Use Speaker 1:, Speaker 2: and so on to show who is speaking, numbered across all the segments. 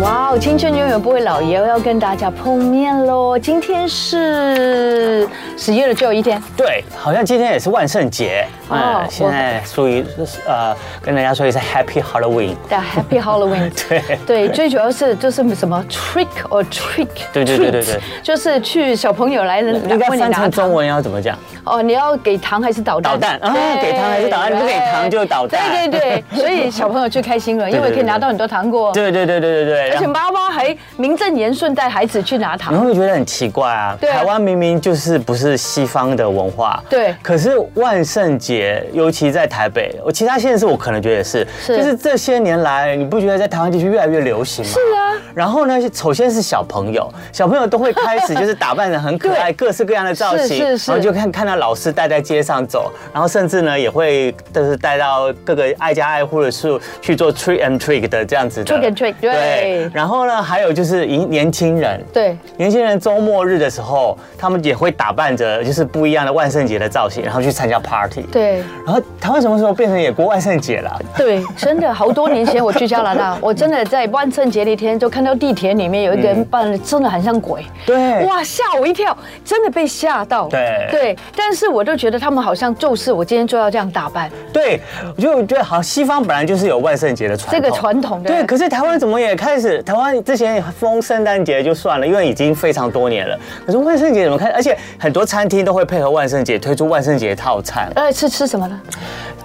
Speaker 1: 哇哦，青春永远不会老，也要跟大家碰面喽！今天是十月的最后一天，
Speaker 2: 对，好像今天也是万圣节，
Speaker 1: 哦
Speaker 2: 嗯，现在属于呃，跟大家说一声 Happy Halloween。
Speaker 1: 大家 Happy Halloween。
Speaker 2: 对
Speaker 1: 对，最主要是就是什么 trick or trick，
Speaker 2: 对对对对对
Speaker 1: treat，就是去小朋友来人
Speaker 2: 应该
Speaker 1: 问你
Speaker 2: 翻
Speaker 1: 拿
Speaker 2: 成中
Speaker 1: 糖
Speaker 2: 文要怎么讲？
Speaker 1: 哦，你要给糖还是捣蛋？
Speaker 2: 捣蛋啊
Speaker 1: 对
Speaker 2: 给糖还是捣蛋
Speaker 1: 对
Speaker 2: 如果给糖就捣蛋
Speaker 1: 对对对，所以小朋友最开心 了，因为可以拿到很多糖果，
Speaker 2: 对对对对对对。嗯
Speaker 1: 而
Speaker 2: 然
Speaker 1: 且
Speaker 2: 后
Speaker 1: 妈妈还名正言顺带孩子去拿
Speaker 2: 你会
Speaker 1: 糖。
Speaker 2: 不会觉得很奇怪啊？
Speaker 1: 对啊
Speaker 2: 台湾明明就是不是西方的文化，
Speaker 1: 对
Speaker 2: 可是万圣节，尤其在台北，我其他县市我可能觉得也是，
Speaker 1: 是
Speaker 2: 就是这些年来，你不觉得在台湾地区越来越流行吗？
Speaker 1: 是啊。
Speaker 2: 然后呢，首先是小朋友，小朋友都会开始就是打扮的很可爱，各式各样的造型，
Speaker 1: 是是是
Speaker 2: 然后就看看到老师带在街上走，然后甚至呢也会就是带到各个爱家爱护的树去做 trick and trick 的这样子的
Speaker 1: Trick and trick，对
Speaker 2: 然后呢，还有就是以年轻人，
Speaker 1: 对，
Speaker 2: 年轻人周末日的时候，他们也会打扮着就是不一样的万圣节的造型，然后去参加 party。。
Speaker 1: 对
Speaker 2: 然后台湾什么时候变成也过万圣节了？
Speaker 1: 对，真的好多年前我去加拿 大，我真的在万圣节那天就看到地铁里面有一个人扮得真的很像鬼，
Speaker 2: 对
Speaker 1: 哇吓我一跳，真的被吓到。
Speaker 2: 对
Speaker 1: 对，但是我都觉得他们好像就是我今天就要这样打扮，
Speaker 2: 对，我就觉得好，像西方本来就是有万圣节的传统，
Speaker 1: 这个传统对
Speaker 2: 对。可是台湾怎么也开始？台湾之前封圣诞节就算了，因为已经非常多年了。可是万圣节怎么开？而且很多餐厅都会配合万圣节推出万圣节套餐，
Speaker 1: 呃，是吃什么呢？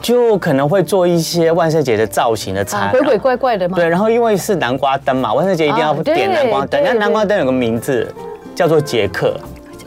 Speaker 2: 就可能会做一些万圣节的造型的餐
Speaker 1: 啊，，鬼鬼怪怪的吗？
Speaker 2: 对，然后因为是南瓜灯嘛，万圣节一定要
Speaker 1: 啊对
Speaker 2: 点南瓜灯。
Speaker 1: 对
Speaker 2: 那
Speaker 1: 对
Speaker 2: 南瓜灯有个名字，叫做杰克，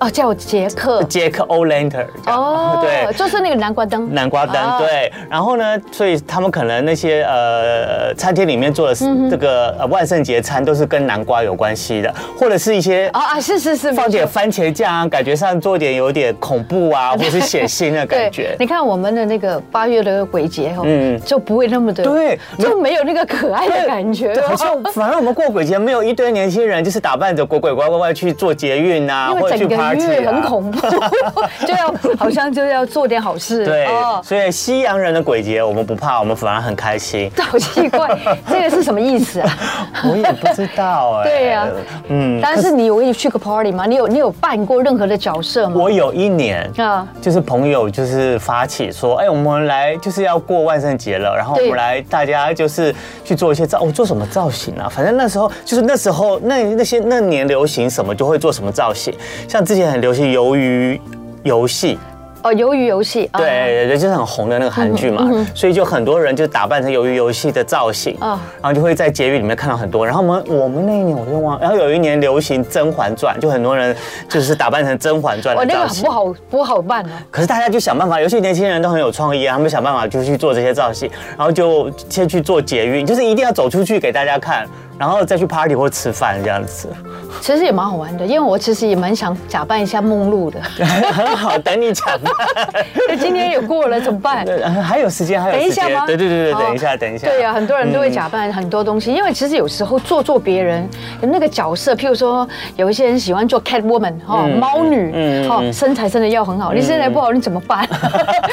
Speaker 1: 哦，叫杰克。
Speaker 2: 杰克 O'Lantern。
Speaker 1: 哦，
Speaker 2: 对。
Speaker 1: 就是那个南瓜灯。
Speaker 2: 南瓜灯
Speaker 1: 哦
Speaker 2: 对，然后呢，所以他们可能那些呃餐厅里面做的是
Speaker 1: 嗯
Speaker 2: 这个呃万圣节餐都是跟南瓜有关系的，或者是一些
Speaker 1: 哦啊，是是是，
Speaker 2: 放
Speaker 1: 没
Speaker 2: 点
Speaker 1: 错
Speaker 2: 番茄酱啊，感觉上做点有点恐怖 啊，或是血腥的感觉
Speaker 1: 对，。你看我们的那个八月的鬼节哦，
Speaker 2: 嗯
Speaker 1: 就不会那么的，
Speaker 2: 对
Speaker 1: 就没有那个可爱的感觉
Speaker 2: 对，
Speaker 1: 哦。
Speaker 2: 好像反正我们过鬼节没有一堆年轻人就是打扮着鬼鬼怪怪去做捷运啊，
Speaker 1: 因
Speaker 2: 或
Speaker 1: 为
Speaker 2: 者去
Speaker 1: 整个
Speaker 2: party
Speaker 1: 月
Speaker 2: 啊
Speaker 1: 很恐怖， 就要好像就要做点好事。
Speaker 2: 对
Speaker 1: 哦，
Speaker 2: 所以西洋人的鬼节我们不怕，我们反而很开心。
Speaker 1: 这好奇怪，这个是什么意思啊？
Speaker 2: 我也不知道哎。
Speaker 1: 对呀
Speaker 2: 嗯，
Speaker 1: 但是你有你去个 party 吗？你有你有扮过任何的角色吗？
Speaker 2: 我有一年
Speaker 1: 啊
Speaker 2: 啊，就是朋友就是发起说，哎，我们来就是要过万圣节了，然后
Speaker 1: 对
Speaker 2: 我们来大家就是去做一些造，我、做什么造型啊？反正那时候就是那时候那那些那年流行什么就会做什么造型，像之前很流行鱿鱼游戏。
Speaker 1: 哦，鱿鱼游戏。啊嗯
Speaker 2: 对，对对，就是很红的那个韩剧嘛，所以就很多人就打扮成鱿鱼游戏的造型，
Speaker 1: 啊
Speaker 2: 然后就会在节目里面看到很多。然后我们我们那一年我就忘，然后有一年流行《甄嬛传》，就很多人就是打扮成《甄嬛传》
Speaker 1: 我哦
Speaker 2: 的
Speaker 1: 那
Speaker 2: 造
Speaker 1: 个
Speaker 2: 型
Speaker 1: 不。好不好办啊。
Speaker 2: 可是大家就想办法，尤其年轻人都很有创意啊，他们想办法就去做这些造型，然后就先去做捷运，就是一定要走出去给大家看，然后再去 party 或吃饭这 样子，
Speaker 1: 其实也蛮好玩的，因为我其实也蛮想假扮一下梦露 的。
Speaker 2: 很好。等你讲吧，
Speaker 1: 今天也过了，怎么办？
Speaker 2: 对 还有时间，还有时
Speaker 1: 等
Speaker 2: 间。
Speaker 1: 一下吗？
Speaker 2: 对对对对，等一下，
Speaker 1: 哦
Speaker 2: 等一下。
Speaker 1: 对呀、很多人都会假扮很多东西，因为其实有时候做做别人那个角色，譬如说有一些人喜欢做 cat woman 哦，猫女
Speaker 2: 嗯
Speaker 1: 哦，身材真的要很好，你身材不好你怎么 办？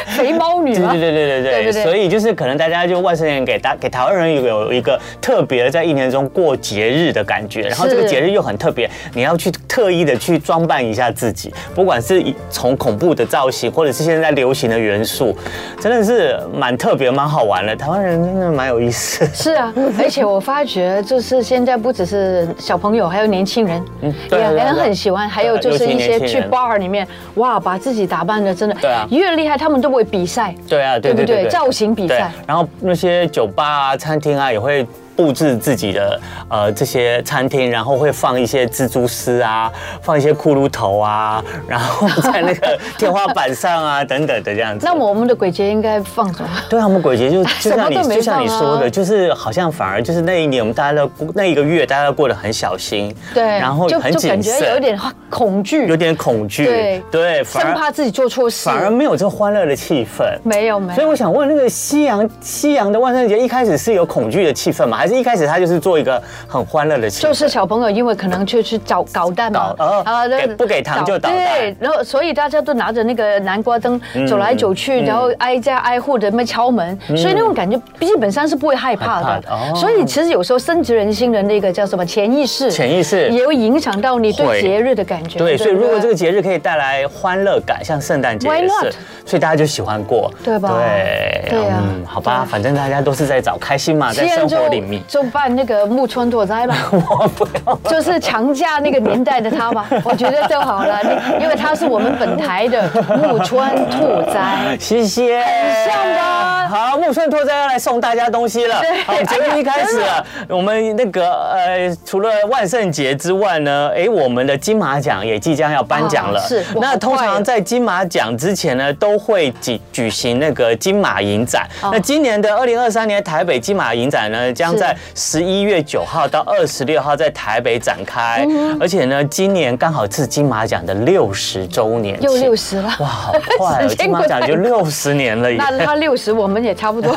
Speaker 1: 肥猫女啊
Speaker 2: 对
Speaker 1: 吗？
Speaker 2: 对对对对
Speaker 1: 对对
Speaker 2: 对
Speaker 1: 对
Speaker 2: 所以就是可能大家就万圣节给大给台湾人有有一个特别在一年中过节日的感觉，然后这个节日又很特别，你要去特意的去装扮一下自己，不管是以从恐怖的造型，或者是现在流行的元素，真的是蛮特别蛮好玩的。台湾人真的蛮有意思，
Speaker 1: 是啊，而且我发觉就是现在不只是小朋友，还有年轻人，
Speaker 2: 嗯对
Speaker 1: 也
Speaker 2: 对
Speaker 1: 很
Speaker 2: 对
Speaker 1: 很喜欢。还有
Speaker 2: 对
Speaker 1: 就是一些
Speaker 2: 尤其年
Speaker 1: 去
Speaker 2: 轻人
Speaker 1: bar 里面，哇，把自己打扮的真的，
Speaker 2: 对啊
Speaker 1: 越厉害他们都不会比赛，
Speaker 2: 对啊，
Speaker 1: 对不对？造型比赛，
Speaker 2: 然后那些酒吧啊、餐厅啊也会。布置自己的呃这些餐厅，然后会放一些蜘蛛丝啊，放一些骷髅头啊， 然后在那个天花板上啊等等的这样子。
Speaker 1: 那么我们的鬼节应该放什么？
Speaker 2: 对啊，我们鬼 节就
Speaker 1: 什
Speaker 2: 就
Speaker 1: 么
Speaker 2: 像你
Speaker 1: 都没
Speaker 2: 就像你
Speaker 1: 放啊
Speaker 2: 说的，就是好像反而就是那一年我们大家都那一个月大家都过得很小心，
Speaker 1: 对，
Speaker 2: 然后
Speaker 1: 就
Speaker 2: 很
Speaker 1: 就感
Speaker 2: 谨
Speaker 1: 觉有
Speaker 2: 慎，
Speaker 1: 点恐惧，
Speaker 2: 有点恐惧，
Speaker 1: 对
Speaker 2: 对，反
Speaker 1: 生
Speaker 2: 而
Speaker 1: 怕自己做错事
Speaker 2: 反。而没有这欢乐的气氛。
Speaker 1: 没有没
Speaker 2: 所以
Speaker 1: 有，
Speaker 2: 我想问，那个西洋西洋的万圣节一开始是有恐惧的气氛吗？还是一开始他就是做一个很欢乐的情
Speaker 1: 就
Speaker 2: 况？
Speaker 1: 是小朋友，因为可能就去找捣蛋嘛，
Speaker 2: 捣哦
Speaker 1: 那
Speaker 2: 给不给糖
Speaker 1: 捣
Speaker 2: 就捣蛋
Speaker 1: 对，然后所以大家都拿着那个南瓜灯走来走去，
Speaker 2: 嗯
Speaker 1: 然后挨家挨户的那敲门，所以那种感觉基本上是不会害怕的。
Speaker 2: 害怕的哦
Speaker 1: 所以其实有时候深植人心的那个叫什么潜意识，
Speaker 2: 潜意识
Speaker 1: 也会影响到你对
Speaker 2: 会
Speaker 1: 节日的感觉。
Speaker 2: 对，所以
Speaker 1: 不
Speaker 2: 如果这个节日可以带来欢乐感，像圣诞节
Speaker 1: Why
Speaker 2: 也
Speaker 1: not？
Speaker 2: 是，所以大家就喜欢过，
Speaker 1: 对吧
Speaker 2: 对，
Speaker 1: 对啊
Speaker 2: 嗯，好吧
Speaker 1: 对，
Speaker 2: 反正大家都是在找开心嘛，啊在
Speaker 1: 西安
Speaker 2: 生
Speaker 1: 就
Speaker 2: 活里面。
Speaker 1: 就办那个木村拓哉吧，
Speaker 2: 我不要，
Speaker 1: 就是强嫁那个年代的他 吧，我觉得就好了，你因为他是我们本台的木村拓哉。
Speaker 2: 谢谢。
Speaker 1: 像的啊
Speaker 2: 好，木村拓哉要来送大家东西了
Speaker 1: 对。
Speaker 2: 好，节目一开始了，我们那个呃，除了万圣节之外呢，哎，我们的金马奖也即将要颁奖了。
Speaker 1: 啊是哇
Speaker 2: 那
Speaker 1: 好
Speaker 2: 通
Speaker 1: 快哦
Speaker 2: 常在金马奖之前呢，都会举举行那个金马影展。
Speaker 1: 哦
Speaker 2: 那今年的二零二三年台北金马影展呢，将
Speaker 1: 是
Speaker 2: 在十一月九号到二十六号在台北展开。
Speaker 1: 嗯
Speaker 2: 而且呢，今年刚好是金马奖的六十周年庆，
Speaker 1: 又60了
Speaker 2: 哇，好快哦！
Speaker 1: 时间
Speaker 2: 金马
Speaker 1: 过
Speaker 2: 奖
Speaker 1: 太
Speaker 2: 就
Speaker 1: 快
Speaker 2: 六十年了耶。
Speaker 1: 那他六十，我们也差不 多，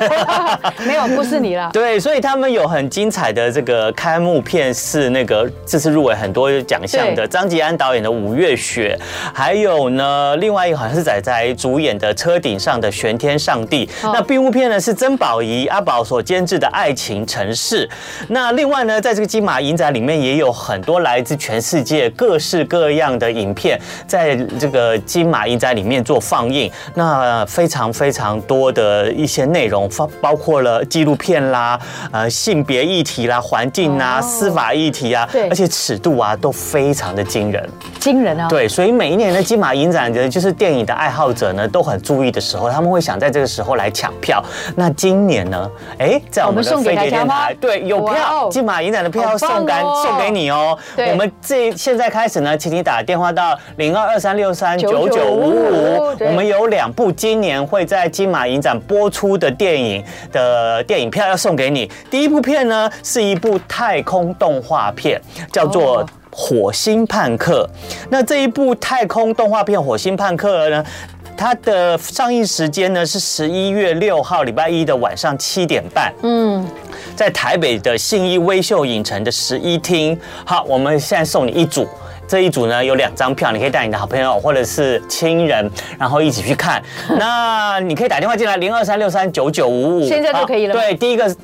Speaker 1: 没有不是你了。
Speaker 2: 对，所以他们有很精彩的这个开幕片，是那个这次入围很多奖项的
Speaker 1: 对
Speaker 2: 张吉安导演的《五月雪》，还有呢，另外一个好像是仔仔主演的《车顶上的玄天上帝》
Speaker 1: 哦
Speaker 2: 那闭幕片呢是曾宝仪阿宝所监制的《爱情城市》。那另外呢，在这个金马影展里面也有很多来自全世界各式各样的影片，在这个金马影展里面做放映。那非常非常多的一些内容，包包括了纪录片啦、呃性别议题啦、环境啦、
Speaker 1: 哦
Speaker 2: 司法议题啊
Speaker 1: 对，
Speaker 2: 而且尺度啊都非常的惊人。
Speaker 1: 惊人啊！，
Speaker 2: 对，所以每一年的金马影展呢，就是电影的爱好者呢都很注意的时候，他们会想在这个时候来抢票。那今年呢，哎，在我们
Speaker 1: 我
Speaker 2: 的
Speaker 1: 们送给
Speaker 2: 飞
Speaker 1: 大家
Speaker 2: 碟电
Speaker 1: 吗
Speaker 2: 台，对，有
Speaker 1: 哇
Speaker 2: 票，
Speaker 1: 哦
Speaker 2: 金马影展的票
Speaker 1: 好棒
Speaker 2: 送给
Speaker 1: 哦
Speaker 2: 送给你哦。
Speaker 1: 对
Speaker 2: 我们这现在开始呢，请你打电话到零二二三六三九九五五
Speaker 1: 9955，对
Speaker 2: 我们有两部今年会在金马影展播出的电影的电影票要送给你。第一部片呢是一部太空动画片，叫做
Speaker 1: 哦。
Speaker 2: 火星叛客。那这一部太空动画片《火星叛客》呢？它的上映时间呢是十一月六号礼拜一的晚上七点半，
Speaker 1: 嗯，
Speaker 2: 在台北的信义威秀影城的十一厅。好，我们现在送你一组。这一组呢有两张票，你可以带你的好朋友或者是亲人，然后一起去 看。那你可以打电话进来零二三六三九九五五，
Speaker 1: 现在就可以了吗
Speaker 2: 好对，第一个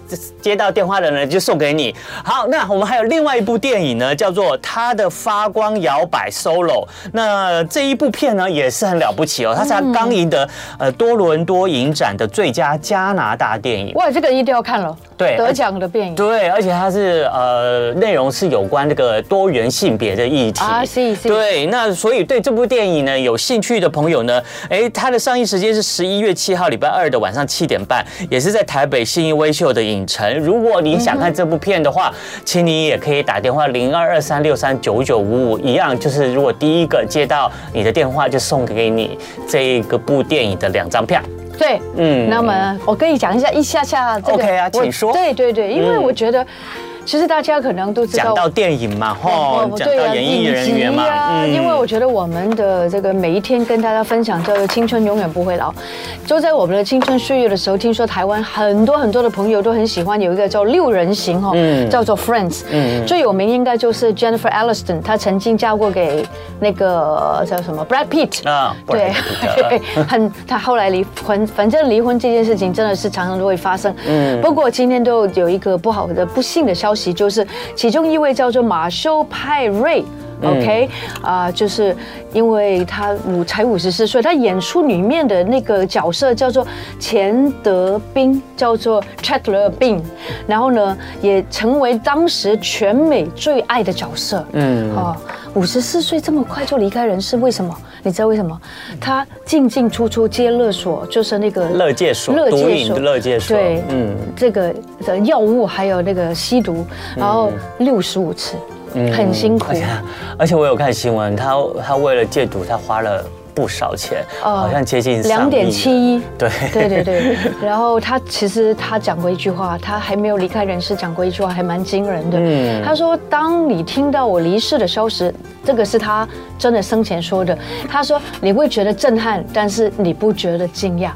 Speaker 2: 接到电话的人就送给你。好，那我们还有另外一部电影呢，叫做《他的发光摇摆 solo》。那这一部片呢也是很了不起哦，它是
Speaker 1: 嗯
Speaker 2: 刚赢得呃多伦多影展的最佳加拿大电影。
Speaker 1: 哇，这个一定要看了，
Speaker 2: 对
Speaker 1: 得奖的电影。
Speaker 2: 对，而且它是呃，内容是有关这个多元性别的议题
Speaker 1: 啊是是
Speaker 2: 对，那所以对这部电影呢有兴趣的朋友呢，哎，它的上映时间是十一月七号礼拜二的晚上七点半，也是在台北信义威秀的影城。如果你想看这部片的话，请你也可以打电话零二二三六三九九五五，一样就是如果第一个接到你的电话，就送给你这个部电影的两张票。
Speaker 1: 对，
Speaker 2: 嗯
Speaker 1: 嗯，那么我跟你讲一下一下下这个
Speaker 2: OK 啊
Speaker 1: 我
Speaker 2: 请说嗯
Speaker 1: 对对对，因为我觉得，其实大家可能都知
Speaker 2: 讲
Speaker 1: 道。
Speaker 2: 到电影嘛，吼，
Speaker 1: 我
Speaker 2: 哦讲到演艺人员嘛，嗯
Speaker 1: 因为我觉得我们的这个每一天跟大家分享叫做青春永远不会老。就在我们的青春岁月的时候，听说台湾很多很多的朋友都很喜欢有一个叫六人行哦，
Speaker 2: 嗯
Speaker 1: 叫做 Friends，最有名应该就是 Jennifer Aniston，她曾经嫁过给那个叫什么 Brad Pitt，
Speaker 2: 啊不 然
Speaker 1: 对
Speaker 2: 就不，
Speaker 1: 很她后来离婚，反正离婚这件事情真的是常常都会发生。嗯，不过今天都有一个不好的不幸的消息，就是其中一位叫做马修派瑞。OK，啊、就是因为他五才五十四岁，他演出里面的那个角色叫做钱德斌，叫做 Chandler Bing，然后呢，也成为当时全美最爱的角色。嗯，哦，五十四岁这么快就离开人世，为什么？你知道为什么？他进进出出接勒索，就是那个
Speaker 2: 乐界所
Speaker 1: 乐
Speaker 2: 毒
Speaker 1: 界
Speaker 2: 瘾
Speaker 1: 所，
Speaker 2: 的乐界所
Speaker 1: 对，
Speaker 2: 嗯
Speaker 1: 嗯，这个的药物还有那个吸毒，然后
Speaker 2: 嗯
Speaker 1: 六十五次，很辛苦
Speaker 2: 而。且而且我有看新闻，他他为了戒毒，他花了不少钱，
Speaker 1: 呃
Speaker 2: 好像接近
Speaker 1: 两点七一，
Speaker 2: 对
Speaker 1: 对对对。然后他其实他讲过一句话，他还没有离开人世，讲过一句话还蛮惊人的。
Speaker 2: 嗯
Speaker 1: 他说：“当你听到我离世的消息，这个是他真的生前说的。他说你会觉得震撼，但是你不觉得惊讶。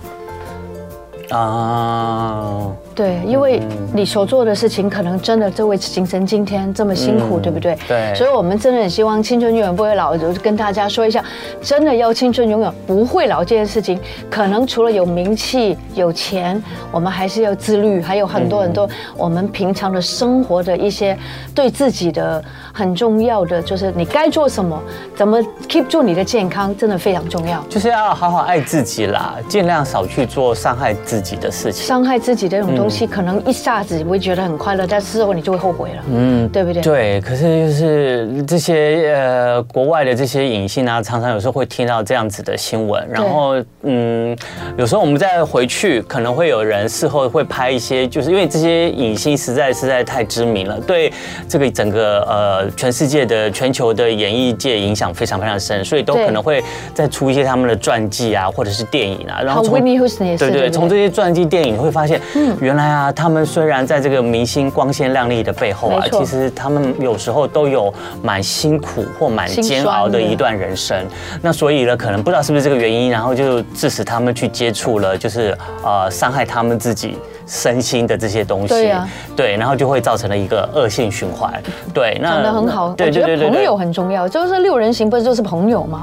Speaker 2: 啊。
Speaker 1: 对，因为你所做的事情，可能真的就会形成今天这么辛苦，对不对？
Speaker 2: 对
Speaker 1: 所以我们真的很希望青春永远不会老，我就跟大家说一下，真的要青春永远不会老这件事情，可能除了有名气、有钱，我们还是要自律，还有很多很多我们平常的生活的一些对自己的很重要的，就是你该做什么，怎么 keep 住你的健康，真的非常重要。
Speaker 2: 就是要好好爱自己啦，尽量少去做伤害自己的事情。
Speaker 1: 伤害自己的那种东
Speaker 2: 嗯
Speaker 1: 西，可能一下子会觉得很快乐，但事后你就会后悔了，嗯，对不对？
Speaker 2: 对，可是就是这些呃，国外的这些影星啊，常常有时候会听到这样子的新闻，然后嗯，有时候我们再回去，可能会有人事后会拍一些，就是因为这些影星实在实在太知名了，对这个整个呃全世界的全球的演艺界影响非常非常深，所以都
Speaker 1: 对
Speaker 2: 可能会再出一些他们的传记啊，或者是电影啊，然
Speaker 1: 好
Speaker 2: 后从
Speaker 1: ，Whitney Houston 也是，
Speaker 2: 对对，
Speaker 1: 对
Speaker 2: 从
Speaker 1: 不
Speaker 2: 这
Speaker 1: 对？
Speaker 2: 些传记电影你会发现，
Speaker 1: 嗯
Speaker 2: 原来啊，他们虽然在这个明星光鲜亮丽的背后啊
Speaker 1: 没，错
Speaker 2: 其实他们有时候都有蛮辛苦或蛮煎熬的一段人生。那所以呢，可能不知道是不是这个原因，然后就致使他们去接触了，就是呃伤害他们自己。身心的这些东西，
Speaker 1: 对啊
Speaker 2: 对然后就会造成了一个恶性循环。对，那
Speaker 1: 讲得很好，我
Speaker 2: 对
Speaker 1: 觉
Speaker 2: 对对
Speaker 1: 得
Speaker 2: 对
Speaker 1: 朋
Speaker 2: 对
Speaker 1: 友。很重要，就是六人行不是就是朋友吗？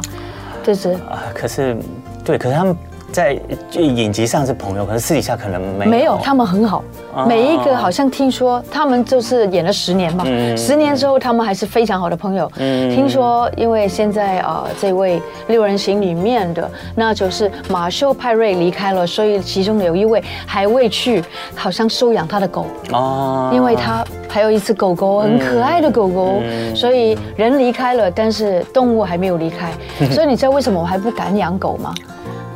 Speaker 1: 就是
Speaker 2: 啊可是，对，可是他们在就影集上是朋友，可是私底下可能没有。
Speaker 1: 没有，他们很好
Speaker 2: 哦。
Speaker 1: 每一个好像听说他们就是演了十年嘛，
Speaker 2: 嗯
Speaker 1: 十年之后他们还是非常好的朋友。听说因为现在啊、呃这位六人行里面的那就是马修派瑞离开了，所以其中有一位还未去，好像收养他的狗。
Speaker 2: 哦
Speaker 1: 因为它还有一只狗狗，很可爱的狗狗，
Speaker 2: 嗯
Speaker 1: 所以人离开了，但是动物还没有离 开。所以你知道为什么我还不敢养狗吗？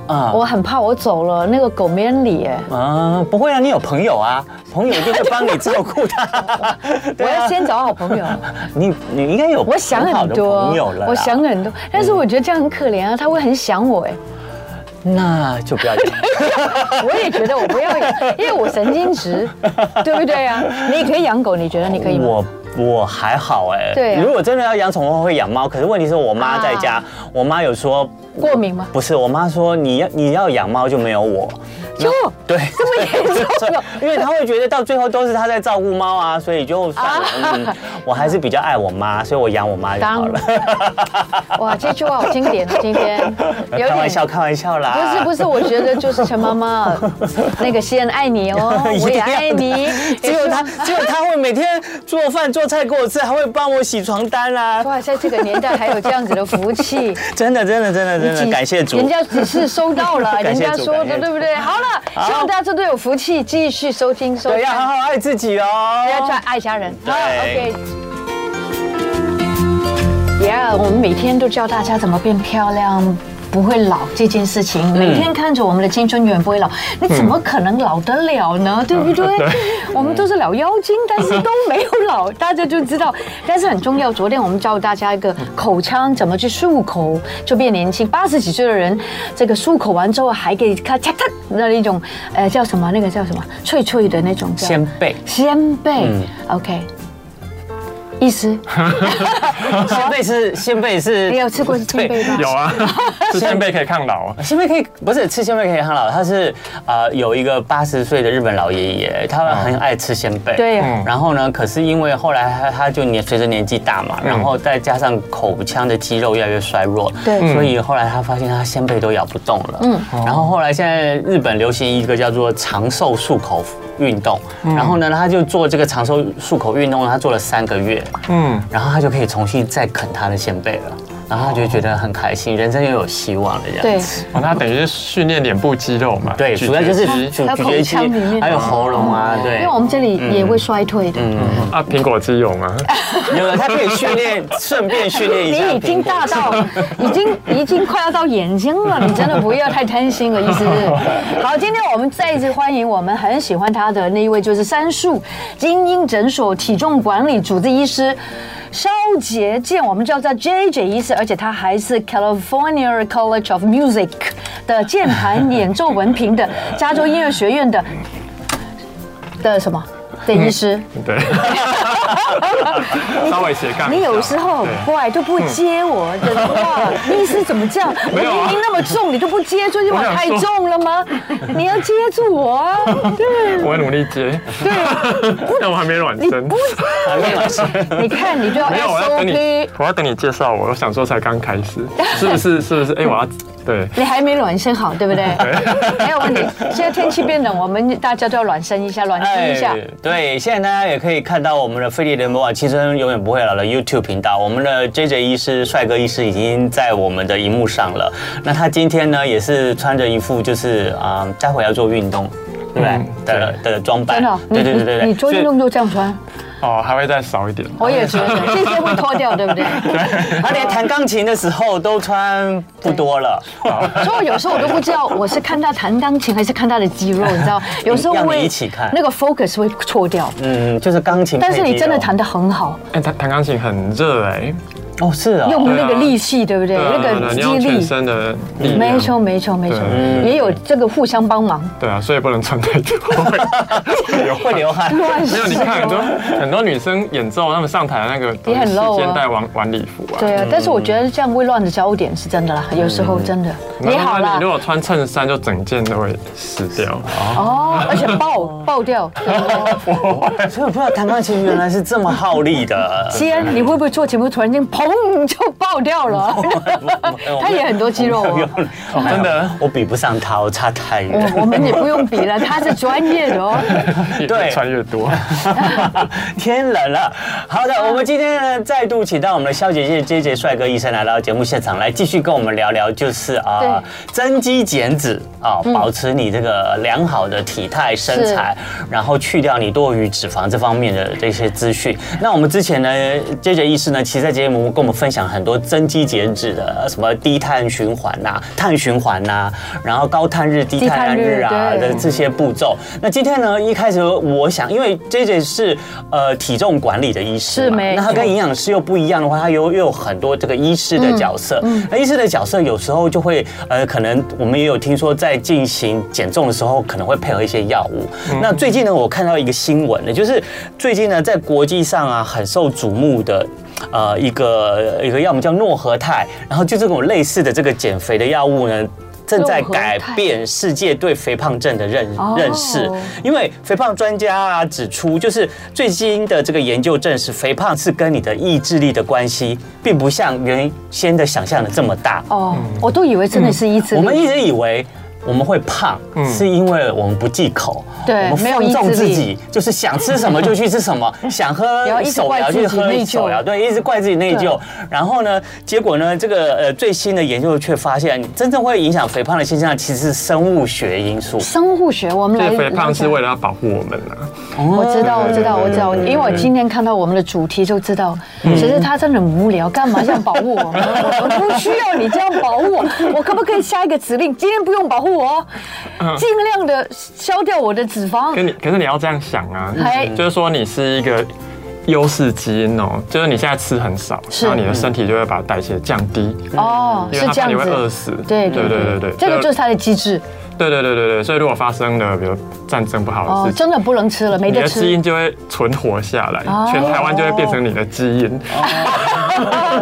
Speaker 2: 啊
Speaker 1: 我很怕我走了，那个狗没人理哎。
Speaker 2: 啊，不会啊，你有朋友啊，朋友就会帮你照 顾他。
Speaker 1: 我
Speaker 2: 对
Speaker 1: 要
Speaker 2: 啊，
Speaker 1: 先找好朋友，
Speaker 2: 你你应该有
Speaker 1: 我想
Speaker 2: 好
Speaker 1: 很
Speaker 2: 的
Speaker 1: 多
Speaker 2: 朋友了，啦，
Speaker 1: 我想很多，但是我觉得这样很可怜啊，它会很想我哎。
Speaker 2: 那就不要讲。嗯
Speaker 1: 我也觉得我不要养，因为我神经 质，对不对啊？你可以养狗，你觉 得你可以吗？
Speaker 2: 我我还好哎，
Speaker 1: 对啊
Speaker 2: 如果真的要养宠物，我会养猫。可是问题是我妈在家，我妈有说
Speaker 1: 过敏吗？
Speaker 2: 不是，我妈说你要你要养猫就没有我。
Speaker 1: 就
Speaker 2: 对，
Speaker 1: 这么严重了
Speaker 2: 因为她会觉得到最后都是她在照顾猫啊，所以就算了。 嗯，我还是比较爱我妈，所以我养我妈就好了。
Speaker 1: 哇，这句话好经典啊！今天有
Speaker 2: 开玩笑，开玩笑啦。
Speaker 1: 不是不是，我觉得就是陈妈 妈，那个西安爱你哦
Speaker 2: 一，定
Speaker 1: 我也
Speaker 2: 要的
Speaker 1: 爱你。
Speaker 2: 只有 他
Speaker 1: 也希，
Speaker 2: 只有他会每天做饭做菜给我吃，还会帮我洗床单啦、
Speaker 1: 望哇，在这个年代还有这样子的福气，
Speaker 2: 真的，真的，真 的，真的，
Speaker 1: 几
Speaker 2: 感谢主
Speaker 1: 人。家只是收到了，人
Speaker 2: 感谢
Speaker 1: 家
Speaker 2: 主
Speaker 1: 说
Speaker 2: 感谢
Speaker 1: 的，
Speaker 2: 主
Speaker 1: 对不对？好了，希望大家都有福气，继续收听收
Speaker 2: 对，要好
Speaker 1: 看，
Speaker 2: 好爱自己
Speaker 1: 大家
Speaker 2: 哦。
Speaker 1: 爱家人。好
Speaker 2: 对
Speaker 1: ，OK。Yeah，我们每天都教大家怎么变漂亮。不会老这件事情，每天看着我们的青春永远不会老，你怎么可能老得了呢？对不对？我们都是老妖精，但是都没有老，大家就知道。但是很重要，昨天我们教大家一个口腔怎么去漱口就变年轻。八十几岁的人，这个漱口完之后还可以咔嚓嚓那一种，呃，叫什么？那个叫什么？脆脆的那种叫
Speaker 2: 先辈，
Speaker 1: 鲜贝。OK，意 思。
Speaker 2: 先辈是先辈是，
Speaker 1: 你有吃过鲜贝吗？
Speaker 3: 有啊，吃鲜贝可以抗老。
Speaker 2: 对。先辈呃可以不是吃鲜贝可以很老，他是呃有一个八十岁的日本老爷爷，他很爱吃鲜贝。
Speaker 1: 哦对呀，
Speaker 3: 嗯
Speaker 2: 然后呢？可是因为后来他他就年随着年纪大嘛，
Speaker 3: 嗯
Speaker 2: 然后再加上口腔的肌肉越来越衰弱，
Speaker 1: 对
Speaker 3: 嗯
Speaker 2: 所以后来他发现他鲜贝都咬不动了。嗯，然后后来现在日本流行一个叫做长寿漱口运动，
Speaker 3: 嗯
Speaker 2: 然后呢，他就做这个长寿漱口运动，他做了三个月，
Speaker 3: 嗯，
Speaker 2: 然后他就可以重新再啃他的鲜贝了，然后他就觉得很开心，人生又有希望了这样
Speaker 1: 对
Speaker 2: 子。，
Speaker 3: 哦，那等于是训练脸部肌肉嘛？
Speaker 2: 对，
Speaker 3: 咀
Speaker 2: 主要就是咀
Speaker 3: 嚼肌
Speaker 1: 还有
Speaker 2: 咀
Speaker 1: 口
Speaker 2: 嚼
Speaker 1: 腔里面
Speaker 2: 肌，还有喉咙啊，对。
Speaker 3: 嗯
Speaker 1: 因为我们这里也会衰退的。
Speaker 3: 啊，苹果肌 有吗？
Speaker 2: 有了，他可以训练，顺便训练一下。
Speaker 1: 你已经大到， 已经已经快要到眼睛了，你真的不要太贪心了，意思 是。好，今天我们再一次欢迎我们很喜欢他的那一位，就是三树精英诊所体重管理主治医师。肖杰健，我们叫他 J J 医师，而且他还是 California College of Music 的键盘演奏文凭的加 州音乐学院的的什么的医师。
Speaker 3: 对，稍微斜杠一下。
Speaker 1: 你有时候很怪，都不会接我的话，意思怎么这样？我
Speaker 3: 没有啊
Speaker 1: 明明那么重，你都不接，最近我
Speaker 3: 我想
Speaker 1: 太
Speaker 3: 说
Speaker 1: 重了吗？你要接住我啊！对
Speaker 3: 我会努力接，
Speaker 1: 对，啊
Speaker 3: 但我还没软
Speaker 1: 你
Speaker 3: 身
Speaker 1: 不。接，你看你就要
Speaker 3: 没有，我要等
Speaker 1: SOP
Speaker 3: 你。，我要等你介绍我。我想说才刚开始，是不是？是不是？哎、我要对，
Speaker 1: 你还没暖身好，对不对？没有问题。现在天气变冷，我们大家都要暖身一下，暖身一下。
Speaker 2: 对，现在大家也可以看到我们的《飞利联播网青春永远不会老》的 YouTube 频道，我们的 JJ 医师、帅哥医师已经在我们的荧幕上了。那他今天呢，也是穿着一副就是啊、待会要做运动，对不对、
Speaker 3: 嗯
Speaker 2: 的的装扮
Speaker 1: 真的哦，，你
Speaker 2: 对对对对
Speaker 1: 你
Speaker 2: 对，
Speaker 1: 你做运动就这样穿，
Speaker 3: 哦，还会再少一点。
Speaker 1: 我也觉得这些会脱掉，对不对？
Speaker 2: 所以他连弹钢琴的时候都穿不多了，
Speaker 1: 所以有时候我都不知道我是看他弹钢琴还是看他的肌肉，你知道吗？有时候
Speaker 2: 让
Speaker 1: 会
Speaker 2: 你一起看
Speaker 1: 那个 focus 会错掉。
Speaker 2: 嗯，就是钢琴配
Speaker 1: 但
Speaker 2: 肌肉。
Speaker 1: 是你真的弹得很好，
Speaker 3: 哎、弹弹钢琴很热哎、
Speaker 2: 哦，是啊、
Speaker 1: 用那个
Speaker 3: 对啊
Speaker 1: 力气，对不对？
Speaker 3: 对啊
Speaker 1: 那
Speaker 3: 对啊
Speaker 1: 个
Speaker 3: 你
Speaker 1: 肌
Speaker 3: 要全
Speaker 1: 力，
Speaker 3: 身的力量。
Speaker 1: 没错，没错，没错，也有这个互相帮忙。
Speaker 3: 对啊，所以不能穿太 多。
Speaker 2: 会流汗。
Speaker 1: 乱
Speaker 3: 没有，你
Speaker 1: 说
Speaker 3: 看很多很多女生演奏，她们上台的那个都
Speaker 1: 也很
Speaker 3: 是
Speaker 1: low 啊
Speaker 3: 肩带晚晚礼服啊。
Speaker 1: 对啊，但是我觉得这样会乱的焦点是真的啦，
Speaker 3: 嗯
Speaker 1: 有时候真的。
Speaker 3: 那，
Speaker 1: 你好啦
Speaker 3: 你如，果穿衬衫，就整件都会湿掉。
Speaker 1: 哦，而且爆 爆掉。
Speaker 2: 所以我不知道弹钢琴原来是这么耗力的。
Speaker 1: 西安，你会不会做节目突然间砰就爆掉 了？他也很多肌 肉哦。
Speaker 2: 哦真的，我比不上他，我差太远。
Speaker 1: 我我们也不用比了，他是专业的哦。
Speaker 2: 对
Speaker 3: 越穿 越多。
Speaker 2: 天冷了，好的，我们今天呢再度请到我们的肖姐姐 J J 帅哥医生来到节目现场，来继续跟我们聊聊，就是啊，增肌减脂啊，
Speaker 1: 嗯
Speaker 2: 保持你这个良好的体态身材，然后去掉你多余脂肪这方面的这些资讯。那我们之前呢，J J 医师呢，其实在节目跟我们分享很多增肌减脂的呃什么低碳循环呐、碳循环呐、然后高碳日、低
Speaker 1: 低碳
Speaker 2: 碳日
Speaker 1: 日
Speaker 2: 啊
Speaker 1: 对
Speaker 2: 的这些步骤。那今天呢，一开始我想，因为 J J 是呃体重管理的医师
Speaker 1: 是
Speaker 2: 嘛
Speaker 1: 没
Speaker 2: 那他
Speaker 1: 错
Speaker 2: 跟营养师又不一样的话，他又又有很多这个医师的角色。
Speaker 1: 嗯
Speaker 2: 那医师的角色有时候就会呃，可能我们也有听说，在进行减重的时候，可能会配合一些药物。
Speaker 1: 嗯
Speaker 2: 那最近呢，我看到一个新闻呢，就是最近呢，在国际上啊，很受瞩目的。呃，一个一个要么叫诺和泰，然后就这种类似的这个减肥的药物呢，正在
Speaker 1: 诺和
Speaker 2: 改
Speaker 1: 泰
Speaker 2: 变。世界对肥胖症的认
Speaker 1: 哦
Speaker 2: 认识，因为肥胖专家啊指出，就是最新的这个研究证实，肥胖是跟你的意志力的关系，并不像原先的想象的这么大。
Speaker 1: 哦，
Speaker 3: 嗯
Speaker 1: 我都以为真的是一直
Speaker 2: 我们一直以为。我们会胖，是因为我们不忌口，
Speaker 1: 对
Speaker 2: 我们
Speaker 1: 没有
Speaker 2: 放纵
Speaker 1: 意志
Speaker 2: 自
Speaker 1: 力
Speaker 2: 己，就是想吃什么就去吃 什么，想喝
Speaker 1: 然后一直
Speaker 2: 手
Speaker 1: 怪
Speaker 2: 摇
Speaker 1: 自己
Speaker 2: 就喝
Speaker 1: 内疚
Speaker 2: 手摇，对，一直怪自己内疚
Speaker 1: 对。
Speaker 2: 然后呢，结果呢，这个呃最新的研究却发现，真正会影响肥胖的现象其实是生物学因素。
Speaker 1: 生物学，我们
Speaker 3: 这
Speaker 1: 来
Speaker 3: 肥胖是为了要保护我们啊。
Speaker 1: 我知道，我知道，
Speaker 3: 对
Speaker 1: 我知道，
Speaker 3: 对对嗯
Speaker 1: 因为我今天看到我们的主题就知道，其实他真的很无聊，干嘛这样保护我？我不需要你这样保 护我，我可不可以下一个指令？今天不用保护我哦，尽量的消掉我的脂肪。
Speaker 3: 嗯跟你，可是你要这样想啊
Speaker 1: 嗨，
Speaker 3: 就是说你是一个优势基因哦，就是你现在吃很少，
Speaker 1: 是
Speaker 3: 然后你的身体就会把代谢降低，
Speaker 1: 哦，
Speaker 3: 因
Speaker 1: 是
Speaker 3: 为它
Speaker 1: 这
Speaker 3: 怕你会饿
Speaker 1: 样子。
Speaker 3: 死。
Speaker 1: 对对对
Speaker 3: 对对
Speaker 1: 对
Speaker 3: 对
Speaker 1: 对
Speaker 3: 对，，
Speaker 1: 这个就是它的机 制
Speaker 3: 对对对对对，所以如果发生了比如战争不好
Speaker 1: 哦
Speaker 3: 的，事情。
Speaker 1: 真的不能吃了，没
Speaker 3: 你
Speaker 1: 得
Speaker 3: 的基
Speaker 1: 吃。
Speaker 3: 因就会存活下来
Speaker 1: 哦，
Speaker 3: 全台湾就会变成你的基因。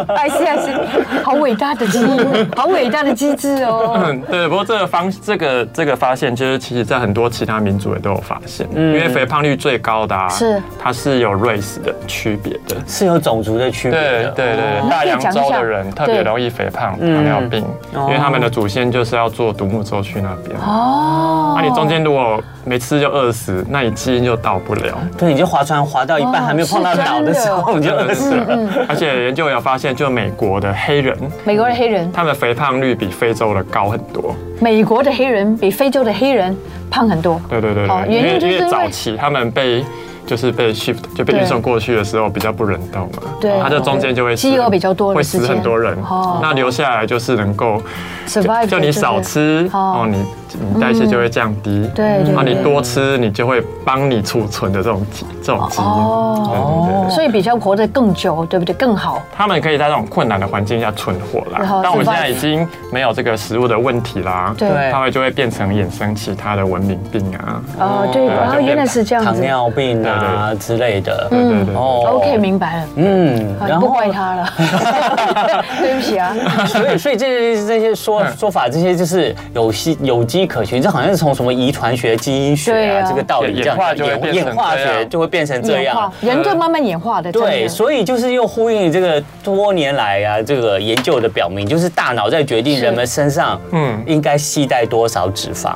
Speaker 1: 哎是哎是，好伟大的基因，好伟大的机制哦。
Speaker 3: 嗯，对。不过这个方这个这个发现，就是其实在很多其他民族也都有发现，因为肥胖率最高的啊
Speaker 1: 嗯是
Speaker 3: 它是有 race 的区别的。
Speaker 2: 是有种族的区别
Speaker 3: 对
Speaker 2: 的。哦
Speaker 3: 对
Speaker 1: 那
Speaker 3: 对，大
Speaker 1: 哦可以
Speaker 3: 洋
Speaker 1: 讲一
Speaker 3: 洲
Speaker 1: 下
Speaker 3: 的人特别
Speaker 1: 对
Speaker 3: 容易肥胖、
Speaker 2: 嗯
Speaker 3: 糖尿病，
Speaker 2: 哦
Speaker 3: 因为他们的祖先就是要做独木舟去那边。
Speaker 1: 哦
Speaker 3: 那啊你中间如果没吃就饿死，那你基因就到不了，
Speaker 2: 对，你就划船划到一半
Speaker 1: 哦
Speaker 2: 还没有碰到岛的 时候，哦你就嗯饿死了。
Speaker 1: 嗯
Speaker 3: 了。而且研究有发现，就美国的黑人，
Speaker 1: 美国的黑人，
Speaker 3: 他们的肥胖率比非洲的高很多。
Speaker 1: 美国的黑人比非洲的黑人胖很多。
Speaker 3: 对对对
Speaker 1: 哦
Speaker 3: 对，
Speaker 1: 原因就是因为
Speaker 3: 因为早期他们被。就是被 shift 就被
Speaker 1: 对
Speaker 3: 运送过去的时候比较不人道嘛，哦
Speaker 1: 对
Speaker 3: 它就中间就会死
Speaker 1: 饥饿比较多的
Speaker 3: 会
Speaker 1: 时
Speaker 3: 死
Speaker 1: 间
Speaker 3: 很多人
Speaker 1: 哦，
Speaker 3: 那留下来就是能够
Speaker 1: survive
Speaker 3: 就你少
Speaker 1: 就是
Speaker 3: 吃
Speaker 1: 哦嗯
Speaker 3: 哦，你你代谢就会降低，
Speaker 1: 对对
Speaker 3: 然后你
Speaker 1: 对
Speaker 3: 多吃，你就会帮你储存的这种基这种基因，
Speaker 1: 哦
Speaker 3: 对对对对。
Speaker 1: 所以比较活得更久，对不对？更好。
Speaker 3: 他们可以在这种困难的环境下存活
Speaker 1: 然后
Speaker 3: 啦，但我们
Speaker 1: survive
Speaker 3: 现在已经没有这个食物的问题啦，
Speaker 1: 对对
Speaker 3: 他们就会变成衍生其他的文明病啊，
Speaker 1: 哦，对，
Speaker 3: 对
Speaker 1: 哦，
Speaker 3: 就
Speaker 1: 原来是这样
Speaker 2: 糖
Speaker 1: 子。
Speaker 2: 尿病啊之类的。
Speaker 3: 对对对，
Speaker 2: 哦
Speaker 1: OK，明白了。
Speaker 2: 嗯，
Speaker 1: 好，
Speaker 2: 然
Speaker 1: 不
Speaker 2: 后
Speaker 1: 怪他 了， 对不起啊。
Speaker 2: 所以所以这些这些说
Speaker 3: 嗯
Speaker 2: 说法，这些就是有机有机可循，这好像是从什么遗传学、基因学
Speaker 1: 对
Speaker 2: 啊
Speaker 1: 啊
Speaker 2: 这个道理
Speaker 3: 演
Speaker 2: 这样
Speaker 3: 演化就会变成
Speaker 2: 演化
Speaker 3: 这样
Speaker 2: 学就会变成 这
Speaker 1: 演
Speaker 2: 样
Speaker 1: 化。，人就慢慢演化的。真
Speaker 2: 对，
Speaker 1: 的
Speaker 2: 所以就是又呼应这个多年来啊，这个研究的表明，就是大脑在决定
Speaker 1: 是
Speaker 2: 人们身上嗯
Speaker 3: 嗯
Speaker 2: 应该携带多少脂肪，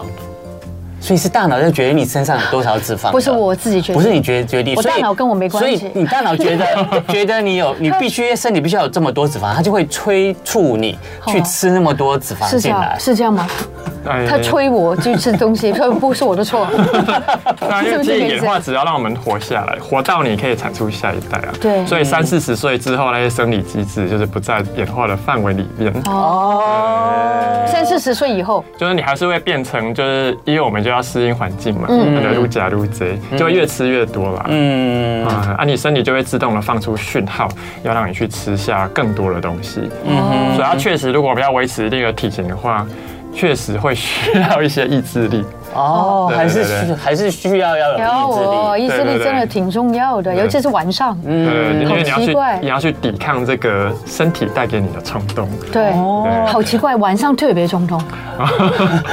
Speaker 2: 所以是大脑在决定你身上有多少脂肪的。
Speaker 1: 不是我自己决定，
Speaker 2: 不是你决决定，
Speaker 1: 我
Speaker 2: 所以
Speaker 1: 大脑跟我没关系
Speaker 2: 所以你大脑觉 得觉得你有，你必须身体必须要有这么多脂肪，它就会催促你去吃那么多脂肪
Speaker 1: 哦是这
Speaker 2: 进
Speaker 1: 样
Speaker 2: 来。
Speaker 1: 是这样吗？
Speaker 3: 哎
Speaker 1: 他催我去吃东西，他不是我的 错。是不是可以哦
Speaker 3: 那因为其实演
Speaker 1: 这样
Speaker 3: 化只要让我们活下来，活到你可以产出下一代啊。
Speaker 1: 对
Speaker 3: 所以三四十岁之后那些生理机制就是不在演化的范围里面，
Speaker 2: 哦，
Speaker 1: 三四十岁以后，
Speaker 3: 就是你还是会变成就是因为我们就要适应环境嘛，
Speaker 1: 嗯
Speaker 3: 那个入甲入贼，就会越吃越多啦。
Speaker 2: 嗯，
Speaker 3: 啊，啊，你身体就会自动的放出讯号，要让你去吃下更多的东西。
Speaker 1: 哦
Speaker 3: 嗯，所以它确实，如果我们要维持一定的体型的话，确实会需要一些意志力。
Speaker 2: 哦，
Speaker 3: 对对
Speaker 2: 还是
Speaker 3: 对
Speaker 2: 需
Speaker 3: 对
Speaker 2: 还是需要要有
Speaker 1: 然后
Speaker 2: 意志
Speaker 1: 我
Speaker 2: 力。嗯
Speaker 1: 意志
Speaker 3: 对
Speaker 1: 力
Speaker 3: 对对
Speaker 1: 真的挺重要的，尤其是晚上。
Speaker 3: 对，因为
Speaker 1: 嗯
Speaker 3: 你要
Speaker 1: 好奇怪
Speaker 3: 去，你要去抵抗这个身体带给你的冲动。
Speaker 1: 对，
Speaker 2: 哦
Speaker 3: 对
Speaker 1: 好奇怪，晚上特别冲 动，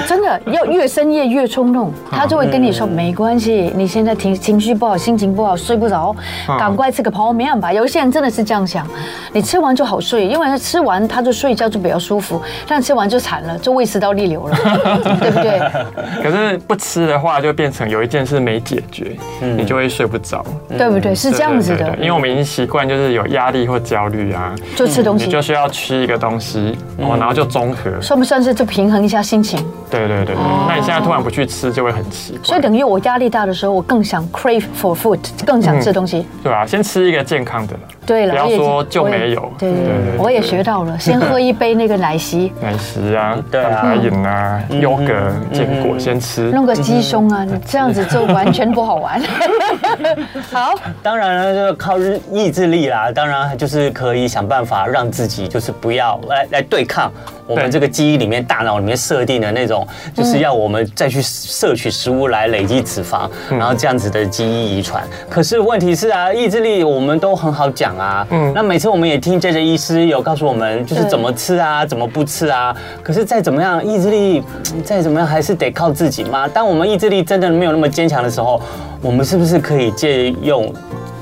Speaker 1: 真的要越深夜越冲动，
Speaker 3: 啊
Speaker 1: 他就会跟你说没关系，你现在情情绪不好，心情不好，睡不着，
Speaker 3: 啊
Speaker 1: 赶快吃个泡面吧。有一些人真的是这样想，你吃完就好睡，因为他吃完他就睡觉就比较舒服，但吃完就惨了，就胃食道逆 流了，对不对？
Speaker 3: 可是不吃的话，就变成有一件事没解决，你就会睡不着。
Speaker 1: 对不对？嗯是这样子
Speaker 3: 对对
Speaker 1: 的
Speaker 3: 对，因为我们已经习惯就是有压力或焦虑啊，
Speaker 1: 就吃东
Speaker 3: 你
Speaker 1: 西嗯
Speaker 3: 就。需要吃一个东西，哦，然后就综合。
Speaker 1: 算不算是就平衡一下心情？
Speaker 3: 对对对对，那你现在突然不去吃，就会很奇怪。
Speaker 1: 哦所以等于我压力大的时候，我更想 crave for food，更想吃东西。
Speaker 3: 对啊，先吃一个健康的啦。
Speaker 1: 对了，
Speaker 3: 不要
Speaker 1: 我也
Speaker 3: 说就没有
Speaker 1: 我也对对
Speaker 3: 对
Speaker 1: 对
Speaker 3: 对，对
Speaker 1: 我也学到了，先喝一杯那个奶昔，
Speaker 3: 奶昔啊，
Speaker 2: 对啊
Speaker 3: 蛋白饮啊，
Speaker 1: 嗯
Speaker 3: 优格、坚果先吃。
Speaker 1: 弄个鸡胸啊，你这样子就完全不好玩。好，
Speaker 2: 当然了，就是靠日意志力啦，当然就是可以想办法让自己就是不要来来对抗我们
Speaker 3: 对
Speaker 2: 这个记忆里面、大脑里面设定的那种，就是要我们再去摄取食物来累积脂肪，然后这样子的基因遗传。可是问题是啊，意志力我们都很好讲啊，嗯，那每次我们也听 J J 医师有告诉我们，就是
Speaker 1: 对
Speaker 2: 怎么吃啊，怎么不吃啊。可是再怎么样，意志力嗯再怎么样还是得靠自己嘛。当我们意志力真的没有那么坚强的时候，我们是不是可以借用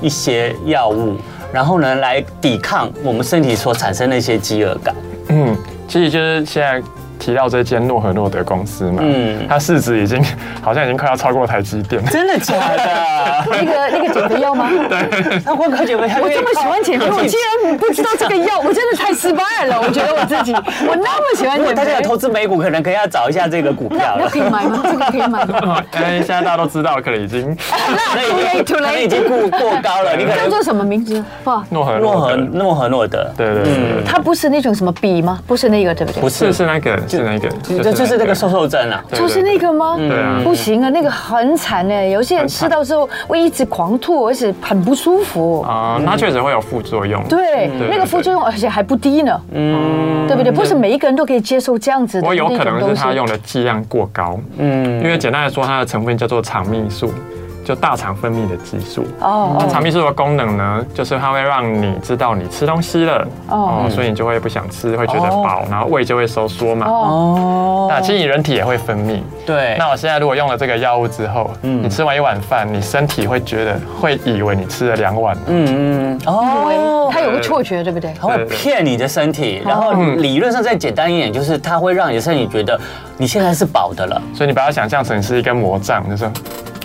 Speaker 2: 一些药物，然后呢来抵抗我们身体所产生的一些饥饿感？
Speaker 3: 嗯，其实就是现在。提到这间诺和诺德公司嘛，
Speaker 2: 嗯
Speaker 3: 嗯，它市值已经 好像已经快要超过台积电，
Speaker 2: 真的假的？
Speaker 1: 那个那个减肥药吗？
Speaker 2: 那光靠减肥，
Speaker 1: 我这么喜欢减肥，我竟然不知道这个药，我真的太失败了。我觉得我自己，我那么喜欢
Speaker 2: 如果
Speaker 1: 减
Speaker 2: 大家有
Speaker 1: 肥
Speaker 2: 投，资啊美股，可能可以要找一下这个股
Speaker 1: 那
Speaker 2: 票
Speaker 1: 那
Speaker 2: 了
Speaker 1: 可。以买吗？这个可以买吗？
Speaker 3: 因为现在大家都知道，可能已经
Speaker 2: 那
Speaker 1: 那 too late too
Speaker 2: 可能已
Speaker 1: late，
Speaker 2: 经过过高了，你可
Speaker 1: 叫
Speaker 2: 能
Speaker 1: 做什么名字？不好，
Speaker 3: 诺和
Speaker 2: 诺
Speaker 3: 诺
Speaker 2: 和
Speaker 3: 德，
Speaker 2: 诺和诺德，
Speaker 3: 对对对对，对
Speaker 1: 它不是那种什么笔吗？不是那个，对不对？
Speaker 2: 不
Speaker 3: 是
Speaker 2: 是，
Speaker 3: 是那个是那个，
Speaker 2: 这就是那个瘦瘦针啊。
Speaker 3: 对
Speaker 1: 就是那个吗？
Speaker 3: 对啊嗯
Speaker 1: 不行啊，那个很惨哎，有些人
Speaker 3: 很惨
Speaker 1: 吃到之后会一直狂吐，而且很不舒服。
Speaker 3: 啊，它确实会有副作用，
Speaker 1: 对，
Speaker 3: 对
Speaker 1: 那个副作用而且还不低呢，嗯，对不对？不是每一个人都可以接受这样子
Speaker 3: 不
Speaker 1: 的
Speaker 3: 过
Speaker 1: 那
Speaker 3: 有
Speaker 1: 种
Speaker 3: 可能是
Speaker 1: 东西
Speaker 3: 它。用的剂量过高，
Speaker 2: 嗯
Speaker 3: 嗯，因为简单来说，它的成分叫做肠泌素，就大肠分泌的激素。
Speaker 1: 哦
Speaker 3: 那肠泌素的功能呢，就是它会让你知道你吃东西了，
Speaker 1: 哦
Speaker 3: 哦，所以你就会不想吃，会觉得饱，然后胃就会收缩嘛。
Speaker 1: 哦，
Speaker 2: 哦，
Speaker 3: 那其实你人体也会分泌。
Speaker 2: 对，
Speaker 3: 那我现在如果用了这个药物之后，你吃完一碗饭，你身体会觉得会以为你吃了两碗，
Speaker 2: 嗯嗯哦，
Speaker 1: 它有个错觉，对不对？
Speaker 2: 它会骗你的身体，然后理论上再简单一点，就是它会让你的身体觉得你现在是饱的了，
Speaker 3: 所以你把它想象成是一根魔杖，就是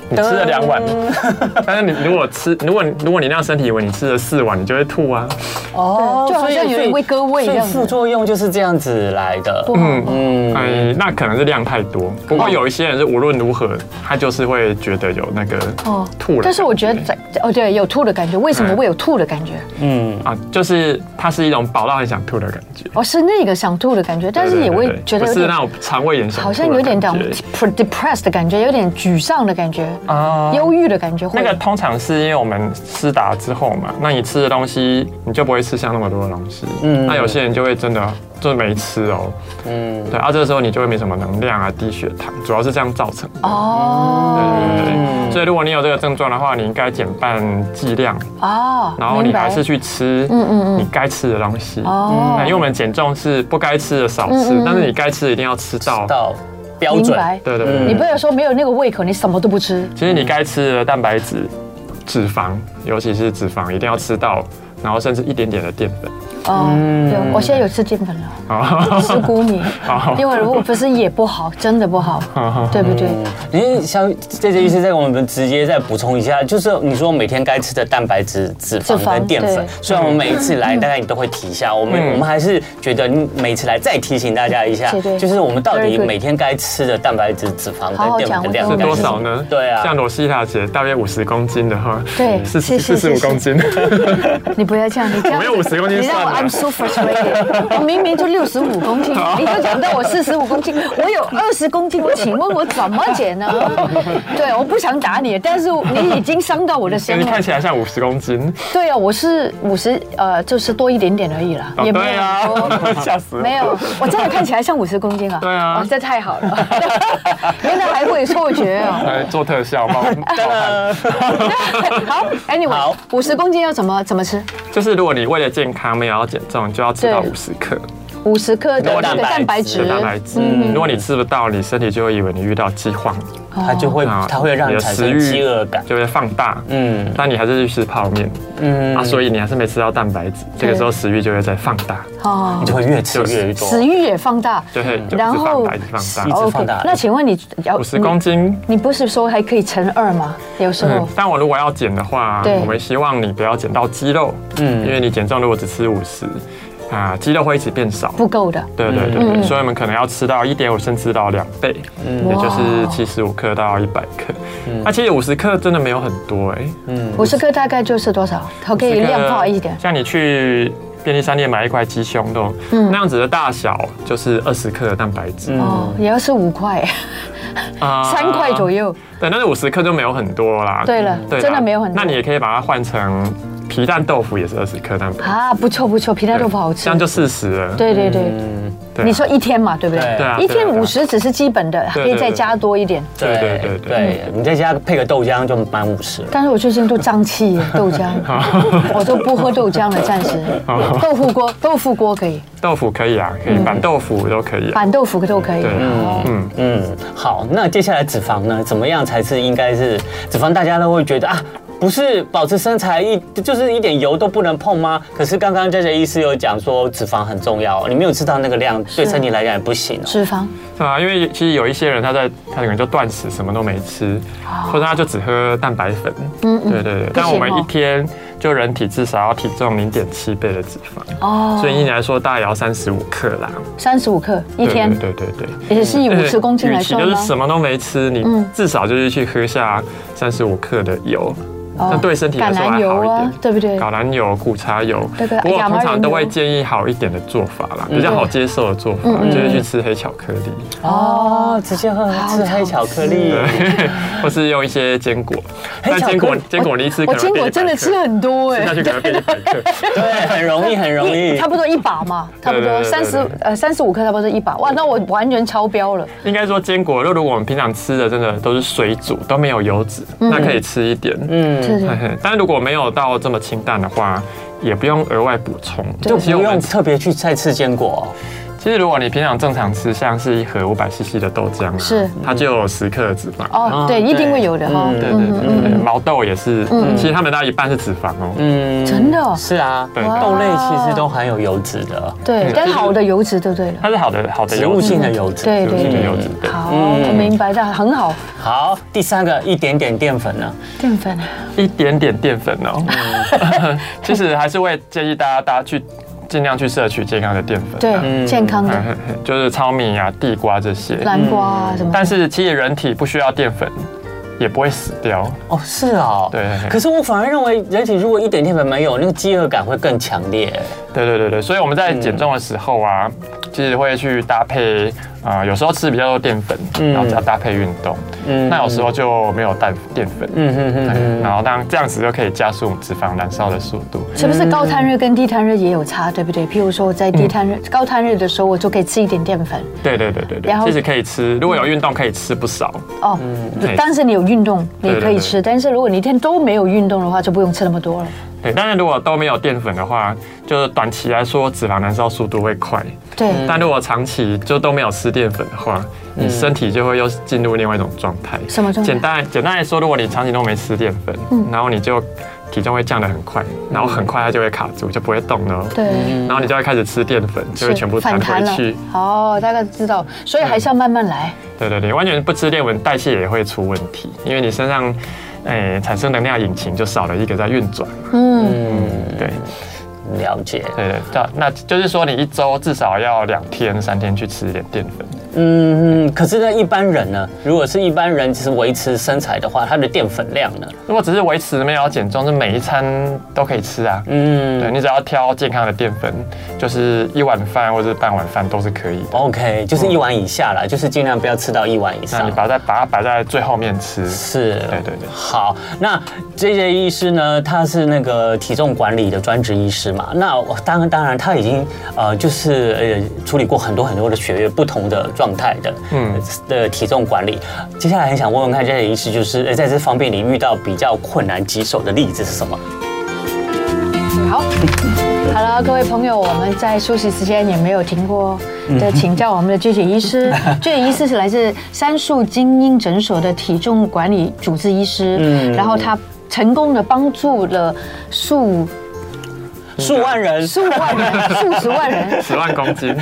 Speaker 3: 你吃了两碗，
Speaker 1: 嗯
Speaker 3: 但是你如果吃，如果如果你让身体以为你吃了四碗，你就会吐啊。
Speaker 2: 哦
Speaker 1: 对就好像有人会割胃
Speaker 2: 所以
Speaker 1: 这样子
Speaker 2: 副作用就是这样子来的。
Speaker 3: 嗯嗯，哎，那可能是量太多。不过有一些人是无论如何，他就是会觉得有那个
Speaker 2: 哦
Speaker 3: 吐了。
Speaker 1: 哦但是我觉得在哦，对，有吐的感觉，为什么
Speaker 3: 嗯
Speaker 1: 会有吐的感觉？
Speaker 2: 嗯，
Speaker 3: 啊，就是它是一种饱到很想吐的感觉。
Speaker 1: 哦，是那个想吐的感觉，但是也
Speaker 3: 对
Speaker 1: 会
Speaker 3: 对对
Speaker 1: 觉得
Speaker 3: 不
Speaker 1: 有
Speaker 3: 是
Speaker 1: 点
Speaker 3: 那种肠胃炎想
Speaker 1: 好
Speaker 3: 吐的
Speaker 1: 像
Speaker 3: 感觉，
Speaker 1: 有点 dep- depressed 的感觉，有点沮丧的感觉，
Speaker 3: 啊
Speaker 1: 忧郁的感觉。
Speaker 3: 那个
Speaker 1: 会
Speaker 3: 通常是因为我们施打之后嘛，那你吃的东西你就不会吃下那么多的东西。
Speaker 2: 嗯
Speaker 3: 那有些人就会真的就没吃哦。嗯，对啊，这个时候你就会没什么能量啊，低血糖，主要是这样造成的。
Speaker 1: 哦
Speaker 3: 对对对。所以如果你有这个症状的话，你应该减半剂量，
Speaker 1: 哦，
Speaker 3: 然后你
Speaker 1: 明白
Speaker 3: 还是去嗯吃，嗯嗯你该吃的东西。
Speaker 1: 哦
Speaker 3: 那因为我们减重是不该吃的少吃，但是你该吃的一定要吃到。
Speaker 2: 到标
Speaker 1: 明
Speaker 2: 准。
Speaker 1: 白。
Speaker 3: 对对对。
Speaker 1: 你不要说没有那个胃口，你什么都不吃。
Speaker 3: 其实你该吃的蛋白质、脂肪，尤其是脂肪，一定要吃到，然后甚至一点点的淀 粉。
Speaker 1: 哦，
Speaker 3: 嗯
Speaker 1: 有，我现在有吃淀粉了，
Speaker 3: 啊，
Speaker 1: 吃菇米
Speaker 3: 好，
Speaker 1: 因为如果不吃也不好，真的不好，对不对？
Speaker 2: 因为像这些医师再给我们直接再补充一下，就是你说每天该吃的蛋白质、脂肪
Speaker 1: 脂肪
Speaker 2: 跟淀粉
Speaker 1: 对，
Speaker 2: 虽然我们每一次来大概你都会提一下，我们
Speaker 3: 嗯
Speaker 2: 我们还是觉得你每次来再提醒大家一下
Speaker 1: 对对，
Speaker 2: 就是我们到
Speaker 1: Very
Speaker 2: 底
Speaker 1: good
Speaker 2: 每天该吃的蛋白质、脂肪
Speaker 1: 好好
Speaker 2: 跟淀粉
Speaker 1: 讲
Speaker 2: 的量
Speaker 1: 我懂
Speaker 2: 该
Speaker 3: 是多
Speaker 2: 什么
Speaker 3: 少呢？
Speaker 2: 对啊
Speaker 3: 像罗西塔姐大约五十公斤的话，
Speaker 1: 对
Speaker 3: 四
Speaker 1: 是
Speaker 3: 十
Speaker 1: 是
Speaker 3: 四十
Speaker 1: 是
Speaker 3: 五
Speaker 1: 是
Speaker 3: 公斤。
Speaker 1: 你不要这样，你这样
Speaker 3: 我要50公斤
Speaker 1: 你让我
Speaker 3: 算了
Speaker 1: I'm so frustrated。我明明就六十五 公斤，你就讲到我四十五公斤，我有二十公斤，我请问我怎么减 呢？对，我不想打你，但是你已经伤到我的心
Speaker 3: 你
Speaker 1: 了
Speaker 3: 看。起来像五十公斤，
Speaker 1: 对啊，我是五十，呃，就是多一点点而已啦，
Speaker 3: 哦
Speaker 1: 没
Speaker 3: 对
Speaker 1: 有
Speaker 3: 啊
Speaker 1: 很多。，
Speaker 3: 吓死我！
Speaker 1: 没有，我真的看起来像五十公斤啊！
Speaker 3: 对啊
Speaker 1: 哦，这太好了， 原来还会有错觉哦。
Speaker 3: 来做特效，冒冒汗。
Speaker 1: 好，Anyway，
Speaker 2: 好
Speaker 1: 五十公斤要怎么怎么吃？
Speaker 3: 就是如果你为了健康没有要减重，你就要吃到
Speaker 1: 对
Speaker 3: 五十克
Speaker 1: 五十克的
Speaker 2: 多
Speaker 1: 那个蛋
Speaker 2: 蛋
Speaker 1: 白
Speaker 2: 白
Speaker 1: 质嗯
Speaker 3: 的，蛋白质。如果你吃不到，你身体就会以为你遇到饥荒，
Speaker 2: 它就会
Speaker 3: 啊
Speaker 2: 它会让
Speaker 3: 你
Speaker 2: 你
Speaker 3: 的
Speaker 2: 产
Speaker 3: 食
Speaker 2: 生
Speaker 3: 欲
Speaker 2: 饥饿感。
Speaker 3: 就会放大。
Speaker 2: 嗯
Speaker 3: 但你还是去吃泡面，
Speaker 2: 嗯，
Speaker 3: 啊，所以你还是没吃到蛋白质，这个时候食欲就会再放大，
Speaker 1: 哦
Speaker 2: 你，就会越吃越多。
Speaker 1: 食欲也放大，
Speaker 3: 就会就一直
Speaker 1: 然
Speaker 3: 放
Speaker 1: 后哦
Speaker 3: 大，一直放
Speaker 2: 一
Speaker 3: 大，
Speaker 2: 直放大
Speaker 1: 那请问你要
Speaker 3: 五十公？斤。
Speaker 1: 你你不是说还可以乘二吗？有时
Speaker 3: 嗯
Speaker 1: 候，
Speaker 3: 但我如果要减的话，
Speaker 1: 对
Speaker 3: 我们希望你不要减到肌肉，嗯，因为你减重如果只吃五十，啊，肌肉会一直变少。
Speaker 1: 不够的，
Speaker 3: 对对
Speaker 2: 嗯
Speaker 3: 对对，所以我们可能要吃到一点五甚至到两倍，也就是七十五克到一百克。
Speaker 2: 嗯
Speaker 3: 那其实五十克真的没有很多哎，
Speaker 1: 五十克大概就是多少？可可以量化一点。
Speaker 3: 像你去便利商店买一块鸡胸肉，
Speaker 1: 嗯
Speaker 3: 那样子的大小就是二十克的蛋白
Speaker 2: 嗯
Speaker 3: 质，
Speaker 1: 哦，也要是五块，
Speaker 3: 啊
Speaker 1: 三块左。右。
Speaker 3: 对，但是五十克就没有很多啦。嗯
Speaker 1: 对了
Speaker 3: 啦
Speaker 1: 真的没有很多
Speaker 3: 那你也可以把它换成皮蛋豆腐，也是二十克蛋白。
Speaker 1: 啊，不错不错，皮蛋豆腐好吃。
Speaker 3: 这样就四十了。
Speaker 1: 对对对，
Speaker 3: 对啊
Speaker 1: 你说一天嘛，对不
Speaker 2: 对
Speaker 1: 对？
Speaker 3: 对啊，
Speaker 1: 一天
Speaker 3: 对啊
Speaker 1: 五，十只是基本的，
Speaker 3: 对
Speaker 1: 可
Speaker 3: 对
Speaker 1: 以再加多一点。
Speaker 3: 对对对对
Speaker 2: 对，你在家配个豆浆就满五十了。
Speaker 1: 但是我最近都胀气耶，豆浆，我都不喝豆浆了，暂时。豆腐锅，豆腐锅可以，
Speaker 3: 豆腐可以啊，可以
Speaker 1: 嗯
Speaker 3: 板豆腐都可以啊。
Speaker 1: 板豆腐都可以
Speaker 3: 对。，嗯，
Speaker 2: 嗯，好，那接下来脂肪呢？怎么样才是应该是脂肪？大家都会觉得啊，不是保持身材一就是一点油都不能碰吗？可是刚刚佳佳医师有讲说脂肪很重要，你没有吃到那个量，对身体来讲也不行、哦。
Speaker 1: 脂肪
Speaker 3: 是啊，因为其实有一些人他在他可能就断食，什么都没吃，
Speaker 1: 哦
Speaker 3: 或者他就只喝蛋白粉。嗯，对对对。但我们一天就人体至少要体重零点七倍的脂肪，
Speaker 1: 哦
Speaker 3: 所，以一年来说大概也要三十五克啦。
Speaker 1: 三十五克一
Speaker 3: 对
Speaker 1: 天，
Speaker 3: 对对对对。
Speaker 1: 也是以五十公斤来嗯
Speaker 3: 与
Speaker 1: 算
Speaker 3: 其就
Speaker 1: 吗
Speaker 3: 是？什么都没吃，你至少就是去喝下三十五克的油，
Speaker 1: 哦
Speaker 3: 那对身体来
Speaker 1: 橄
Speaker 3: 说
Speaker 1: 榄
Speaker 3: 还好
Speaker 1: 油
Speaker 3: 一
Speaker 1: 啊
Speaker 3: 点，。
Speaker 1: 对不对？
Speaker 3: 橄榄油、苦茶油，
Speaker 1: 那个
Speaker 3: 不过
Speaker 1: 亚麻
Speaker 3: 通
Speaker 1: 仁
Speaker 3: 常都
Speaker 1: 油嗯
Speaker 3: 会建议好一点的做法啦，比较好接受的做法就是去吃黑巧克力，
Speaker 2: 哦，直接喝吃黑巧克力，
Speaker 3: 或是用一些坚果。
Speaker 2: 黑
Speaker 3: 但
Speaker 2: 巧克
Speaker 3: 坚
Speaker 2: 力
Speaker 3: 果坚果你一吃可
Speaker 1: 我
Speaker 3: 能
Speaker 1: 坚
Speaker 3: 会变
Speaker 1: 果
Speaker 3: 一
Speaker 1: 真的
Speaker 3: 百克
Speaker 1: 吃很多
Speaker 3: 吃下
Speaker 1: 哎。
Speaker 3: 去可能变一百克。
Speaker 2: 对，很容易，很容易。
Speaker 1: 差不多一把嘛，差不
Speaker 3: 对
Speaker 1: 多
Speaker 3: 对对
Speaker 1: 三十
Speaker 3: 对对
Speaker 1: 呃三十五克，差不多一把。哇，那我完全超标了。
Speaker 3: 应该说坚果，就如果我们平常吃的真的都是水煮，都没有油脂，那可以吃一点。
Speaker 2: 嗯，
Speaker 1: 是
Speaker 3: 嘿
Speaker 1: 是，
Speaker 3: 嘿但如果没有到这么清淡的话，也不用额外补充，
Speaker 2: 就
Speaker 3: 其实
Speaker 2: 嗯不
Speaker 3: 我
Speaker 2: 用
Speaker 3: 们
Speaker 2: 特别去再吃坚果、哦。
Speaker 3: 其实如果你平常正常吃，像是一盒五百 CC 的豆浆、啊，
Speaker 1: 是
Speaker 3: 它就有十克的脂肪。
Speaker 1: 哦，对，一定会有的哈，
Speaker 3: 嗯啊
Speaker 1: 嗯
Speaker 3: 对对对对，毛豆也是，其实它们大概一半是脂肪哦。
Speaker 2: 嗯，
Speaker 1: 真的哦
Speaker 2: 是啊，
Speaker 3: 对
Speaker 2: 豆类其实都含有油脂的，
Speaker 3: 嗯
Speaker 1: 对，但好的油脂就对了。
Speaker 3: 它是好的好的
Speaker 2: 植
Speaker 3: 油
Speaker 2: 物
Speaker 3: 脂
Speaker 2: 性的油脂。
Speaker 1: 对
Speaker 3: 植物性的
Speaker 1: 对
Speaker 3: 油脂。对嗯
Speaker 1: 对，好，明白的，很好。
Speaker 2: 好，第三个一点点淀粉呢，
Speaker 1: 淀粉啊，
Speaker 3: 一点点淀粉哦。
Speaker 1: 嗯
Speaker 3: 其实还是会建议大家，大家去尽量去摄取健康的淀粉。
Speaker 1: 对，健康的
Speaker 3: 嗯，就是糙米啊、地瓜这些。
Speaker 1: 南瓜啊什么。
Speaker 3: 但是其实人体不需要淀粉，也不会死掉。
Speaker 2: 哦，是哦，
Speaker 3: 对
Speaker 2: 可是我反而认为，人体如果一点淀粉没有，那个饥饿感会更强烈。
Speaker 3: 对对对对，所以我们在减重的时候啊，其实会去搭配，呃，有时候吃比较多淀粉，
Speaker 2: 嗯
Speaker 3: 然后加搭配运动，
Speaker 2: 嗯
Speaker 3: 那有时候就没有蛋淀粉。
Speaker 2: 嗯哼哼
Speaker 3: 对
Speaker 2: 哼，
Speaker 3: 然后当这样子就可以加速我们脂肪燃烧的速度。
Speaker 2: 嗯
Speaker 1: 是不是高碳热跟低碳热也有差，对不对？譬如说我在低碳热、
Speaker 3: 嗯
Speaker 1: 高碳热的时候，我就可以吃一点淀粉
Speaker 3: 对对对对对
Speaker 1: 然，后
Speaker 3: 其实可以吃，如果有运动可以吃不少。
Speaker 1: 哦。
Speaker 3: 对
Speaker 1: 但是你有运动，你
Speaker 3: 嗯对对
Speaker 1: 可以吃；但是如果你一天都没有运动的话，就不用吃那么多了。
Speaker 3: 对，但是如果都没有淀粉的话，就是短期来说脂肪燃烧速度会快，
Speaker 1: 对，
Speaker 3: 但如果长期就都没有吃淀粉的话，你身体就会又进入另外一种状态。
Speaker 1: 嗯什么状态嗯
Speaker 3: 简单简单来说，如果你长期都没吃淀粉，然后你就体重会降得很快，然后很快它就会卡住，就不会动了。
Speaker 1: 对。
Speaker 3: 然后你就会开始吃淀粉，就会
Speaker 1: 是
Speaker 3: 全部弹
Speaker 1: 反弹
Speaker 3: 回
Speaker 1: 了
Speaker 3: 去。
Speaker 1: 哦，大概知道，所以还是要慢慢来。
Speaker 3: 对对对，完全不吃淀粉，代谢也会出问题，因为你身上，诶、产生能量引擎就少了一个在运转嘛。
Speaker 1: 嗯，
Speaker 3: 对
Speaker 2: 了解。
Speaker 3: 对对，那那就是说你一周至少要两天三天去吃一点淀粉。
Speaker 2: 嗯，可是呢，一般人呢，如果是一般人其实维持身材的话，他的淀粉量呢，
Speaker 3: 如果只是维持没有要减重，是每一餐都可以吃啊。
Speaker 2: 嗯，
Speaker 3: 对你只要挑健康的淀粉，就是一碗饭或者半碗饭都是可以的。
Speaker 2: ，OK，就是一碗以下啦，就是尽量不要吃到一碗以
Speaker 3: 那
Speaker 2: 上
Speaker 3: 你。把它把它摆在最后面 吃。
Speaker 2: 是，
Speaker 3: 对对对
Speaker 2: 好，那 J J 医师呢，他是那个体重管理的专职医师嘛。那我当然当然，他已经呃就是呃处理过很多很多的血液不同的状态的，嗯
Speaker 3: 嗯
Speaker 2: 的体重管理。接下来很想问问看 J J 医师，就是呃在这方面你遇到比较困难棘手的例子是什么？
Speaker 3: 嗯
Speaker 1: 好，好了，各位朋友，我们在休息时间也没有停过的，请教我们的具体医师。
Speaker 3: 嗯
Speaker 1: 具体医师是来自三树精英诊所的体重管理主治医师，
Speaker 2: 嗯
Speaker 1: 然后他成功的帮助了数
Speaker 3: 嗯
Speaker 2: 数万人，
Speaker 1: 数万 人、数十万人。
Speaker 3: 十万公斤，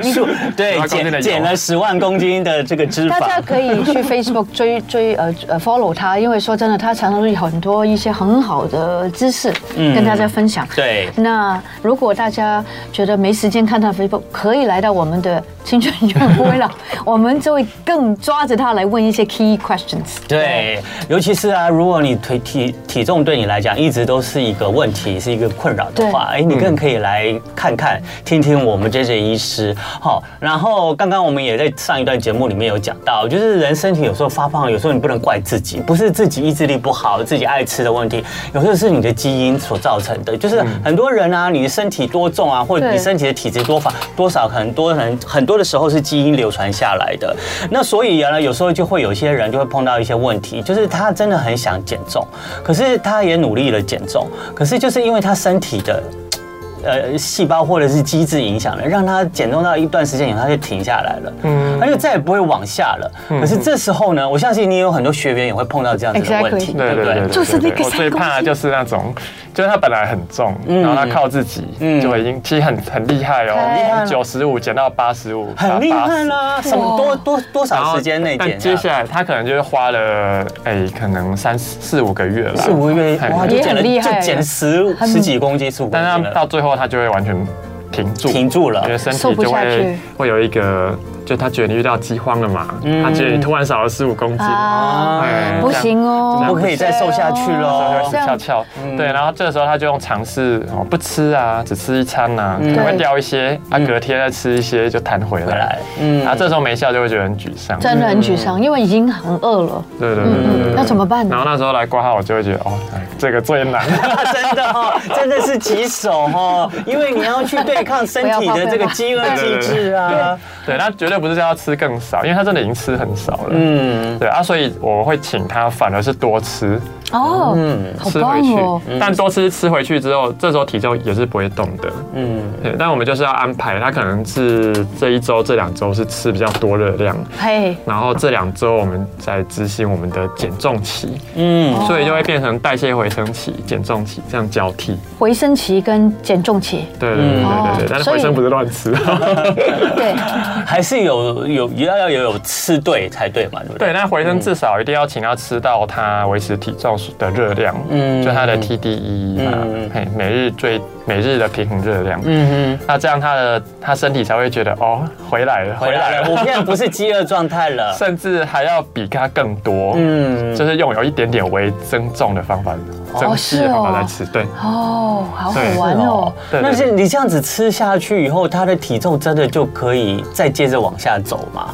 Speaker 1: 你你
Speaker 2: 数对
Speaker 3: 十万公斤的
Speaker 2: 减
Speaker 3: 油
Speaker 2: 减了十万公斤的这个脂
Speaker 1: 大家
Speaker 2: 肪，
Speaker 1: 可以去 Facebook 追追呃呃 follow 他，因为说真的，他常常有很多一些很好的知识
Speaker 3: 嗯
Speaker 1: 跟大家分享。
Speaker 2: 对
Speaker 1: 那如果大家觉得没时间看他的 Facebook，可以来到我们的青春永不会老，我们就会更抓着他来问一些 key questions。
Speaker 2: 对，尤其是啊，如果你体体体重对你来讲一直都是一个问题，是一个困扰的话，哎，你更可以来看看、听听我们 J J 医师。好，然后刚刚我们也在上一段节目里面有讲到，就是人身体有时候发胖，有时候你不能怪自己，不是自己意志力不好，自己爱吃的问题，有时候是你的基因所造成的。就是很多人啊，你的身体多重啊，或者你
Speaker 1: 对
Speaker 2: 身体的体质多法多少，很多人很多的时候是基因流传下来的。那所以呢，有时候就会有些人就会碰到一些问题，就是他真的很想减重，可是他也努力了减重，可是就是因为他身体的。呃，细胞或者是机制影响了，让他减重到一段时间以后，他就停下来了，嗯，他就再也不会往下了。
Speaker 3: 嗯
Speaker 2: 可是这时候呢，我相信你有很多学员也会碰到这样子的问题，
Speaker 1: Exactly
Speaker 3: 对对对对，
Speaker 1: 就是那个
Speaker 3: 对我最怕的就是那种，就是他本来很重，
Speaker 2: 嗯
Speaker 3: 然后他靠自己就已经其实很很厉
Speaker 1: 太
Speaker 3: 害
Speaker 1: 厉
Speaker 2: 害了
Speaker 3: 哦，九十五减到八十五，
Speaker 2: 很厉害
Speaker 3: 80
Speaker 2: 啦，什么多多多
Speaker 3: 然
Speaker 2: 少
Speaker 3: 后
Speaker 2: 时间内减
Speaker 3: 但
Speaker 2: 啊？
Speaker 3: 接下来他可能就是花了哎，可能三四四五个月 吧，
Speaker 2: 四五个月，
Speaker 3: 哎
Speaker 2: 哇，就
Speaker 1: 也
Speaker 2: 减
Speaker 1: 很
Speaker 2: 了，
Speaker 1: 厉害
Speaker 2: 就减十
Speaker 1: 很
Speaker 2: 十几公斤，十五公
Speaker 3: 但
Speaker 2: 斤
Speaker 3: 是他
Speaker 2: 了，
Speaker 3: 到最后他就会完全停住，
Speaker 2: 停住了
Speaker 3: 因为身
Speaker 1: 瘦
Speaker 3: 体
Speaker 1: 不
Speaker 3: 就
Speaker 1: 下
Speaker 3: 会
Speaker 1: 去
Speaker 3: 会有一个，就他觉得你遇到饥荒了嘛，他觉得你突然少了十五公斤，
Speaker 1: 嗯啊
Speaker 3: 哎
Speaker 1: 不行哦，
Speaker 2: 不可以再瘦下去了
Speaker 3: 这样
Speaker 2: 哦
Speaker 3: 就会死翘翘，对，然后这个时候他就用尝试哦不吃啊，只吃一餐呐、啊，可能会掉一些，啊隔天再吃一些就弹回
Speaker 2: 回
Speaker 3: 来
Speaker 2: 来，，嗯
Speaker 3: 然后这时候没效就会觉得很沮丧，
Speaker 1: 真的嗯很沮丧，因为已经很饿了。
Speaker 3: 对对对对
Speaker 2: 嗯
Speaker 3: 对对
Speaker 1: 那怎么办呢
Speaker 3: 然后那时候来挂号，我就会觉得哦，哎这个最难，
Speaker 2: 真的哈、哦，真的是 棘手哈、哦，因为你要去对抗身体的这个饥饿机制啊，
Speaker 3: 对，那绝对不是叫他吃更少，因为他真的已经吃很少了，
Speaker 2: 嗯，
Speaker 3: 对啊，所以我会请他反而是多吃，
Speaker 1: 哦，
Speaker 2: 嗯
Speaker 1: 好
Speaker 3: 吃回
Speaker 1: 棒
Speaker 3: 去
Speaker 1: 哦，，
Speaker 3: 但多吃吃回去之后，这时候体重也是不会动的。
Speaker 2: 嗯，
Speaker 3: 对，但我们就是要安排，他可能是这一周、这两周是吃比较多热量，
Speaker 1: 嘿，
Speaker 3: 然后这两周我们再执行我们的减重期，嗯，所以就会变成代谢回升期、减重期这样交替。
Speaker 1: 回升期跟减重期，
Speaker 3: 对对对对
Speaker 1: 哦
Speaker 3: 对，但是
Speaker 1: 所以
Speaker 3: 回升不是乱吃。
Speaker 1: 对，
Speaker 2: 还是有有要要有有吃对才对嘛，对不对？
Speaker 3: 对，那回升至少一定要请他吃到他维持体重的热量，
Speaker 2: 嗯
Speaker 3: 嗯，就他的 TDE 嘛
Speaker 2: 嗯，
Speaker 3: 啊嘿，每日最每日的平衡热量，
Speaker 2: 嗯哼，
Speaker 3: 那这样他的他身体才会觉得哦，回来了，
Speaker 2: 回来了，我
Speaker 3: 回
Speaker 2: 现在不是饥饿状态 了。
Speaker 3: 甚至还要比他更多，
Speaker 2: 嗯
Speaker 3: 嗯，就是用有一点点微增重的方法，
Speaker 2: 哦
Speaker 3: 增肌的方法来吃，对，
Speaker 1: 哦，好好
Speaker 3: 对
Speaker 1: 玩哦，
Speaker 3: 对对
Speaker 2: 那是你这样子吃下去以后，他的体重真的就可以再接着往下走嘛？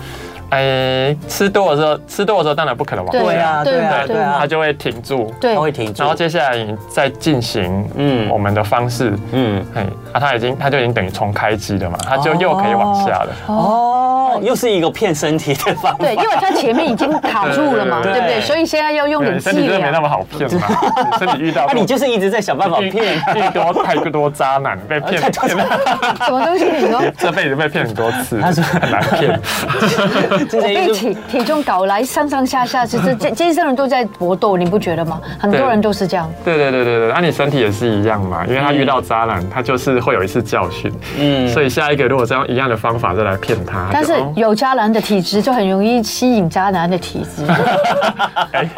Speaker 3: 哎，吃多的时候，吃多的时候当然不可能往
Speaker 1: 对
Speaker 3: 下，
Speaker 2: 对啊，
Speaker 1: 对
Speaker 2: 对啊，
Speaker 1: 对
Speaker 2: 对啊
Speaker 3: 他，就会停住，
Speaker 1: 对
Speaker 2: 他，会停住
Speaker 3: 然后。接下来你再进行，
Speaker 2: 嗯
Speaker 3: 嗯，我们的方式，
Speaker 2: 嗯，
Speaker 3: 嘿，啊，他已经他就已经等于重开机了嘛，他就又可以往下了。
Speaker 2: 哦，又是一个骗身体的 方法。
Speaker 1: 对，因为它前面已经卡住了嘛，
Speaker 3: 对
Speaker 1: 对
Speaker 2: 对
Speaker 1: 不对？所以现在要
Speaker 2: 哦
Speaker 1: 用点
Speaker 3: 对，你
Speaker 1: 伎
Speaker 3: 哎身体真的没那
Speaker 1: 俩。
Speaker 3: 么好 骗嘛，你身体遇到
Speaker 2: 啊
Speaker 1: 哦
Speaker 2: 那你就是一直在想办法
Speaker 3: 遇
Speaker 2: 骗。
Speaker 3: 遇多太多渣男被 骗骗 了，
Speaker 1: 什么东西？你 说
Speaker 3: 这辈子被骗很多次，
Speaker 2: 他说
Speaker 3: 很难骗。
Speaker 1: 被
Speaker 2: 之前一直
Speaker 1: 体体重搞来上上下下，其实这这些人都在搏斗，你不觉得吗？很多
Speaker 3: 对
Speaker 1: 人都是这样。
Speaker 3: 对对对对对，那、啊你身体也是一样嘛，因为他遇到渣男，他就是会有一次教训，嗯，所以下一个如果再用一样的方法再来骗他，
Speaker 1: 但是
Speaker 3: 就哦
Speaker 1: 有渣男的体质就很容易吸引渣男的体 质。
Speaker 3: 哎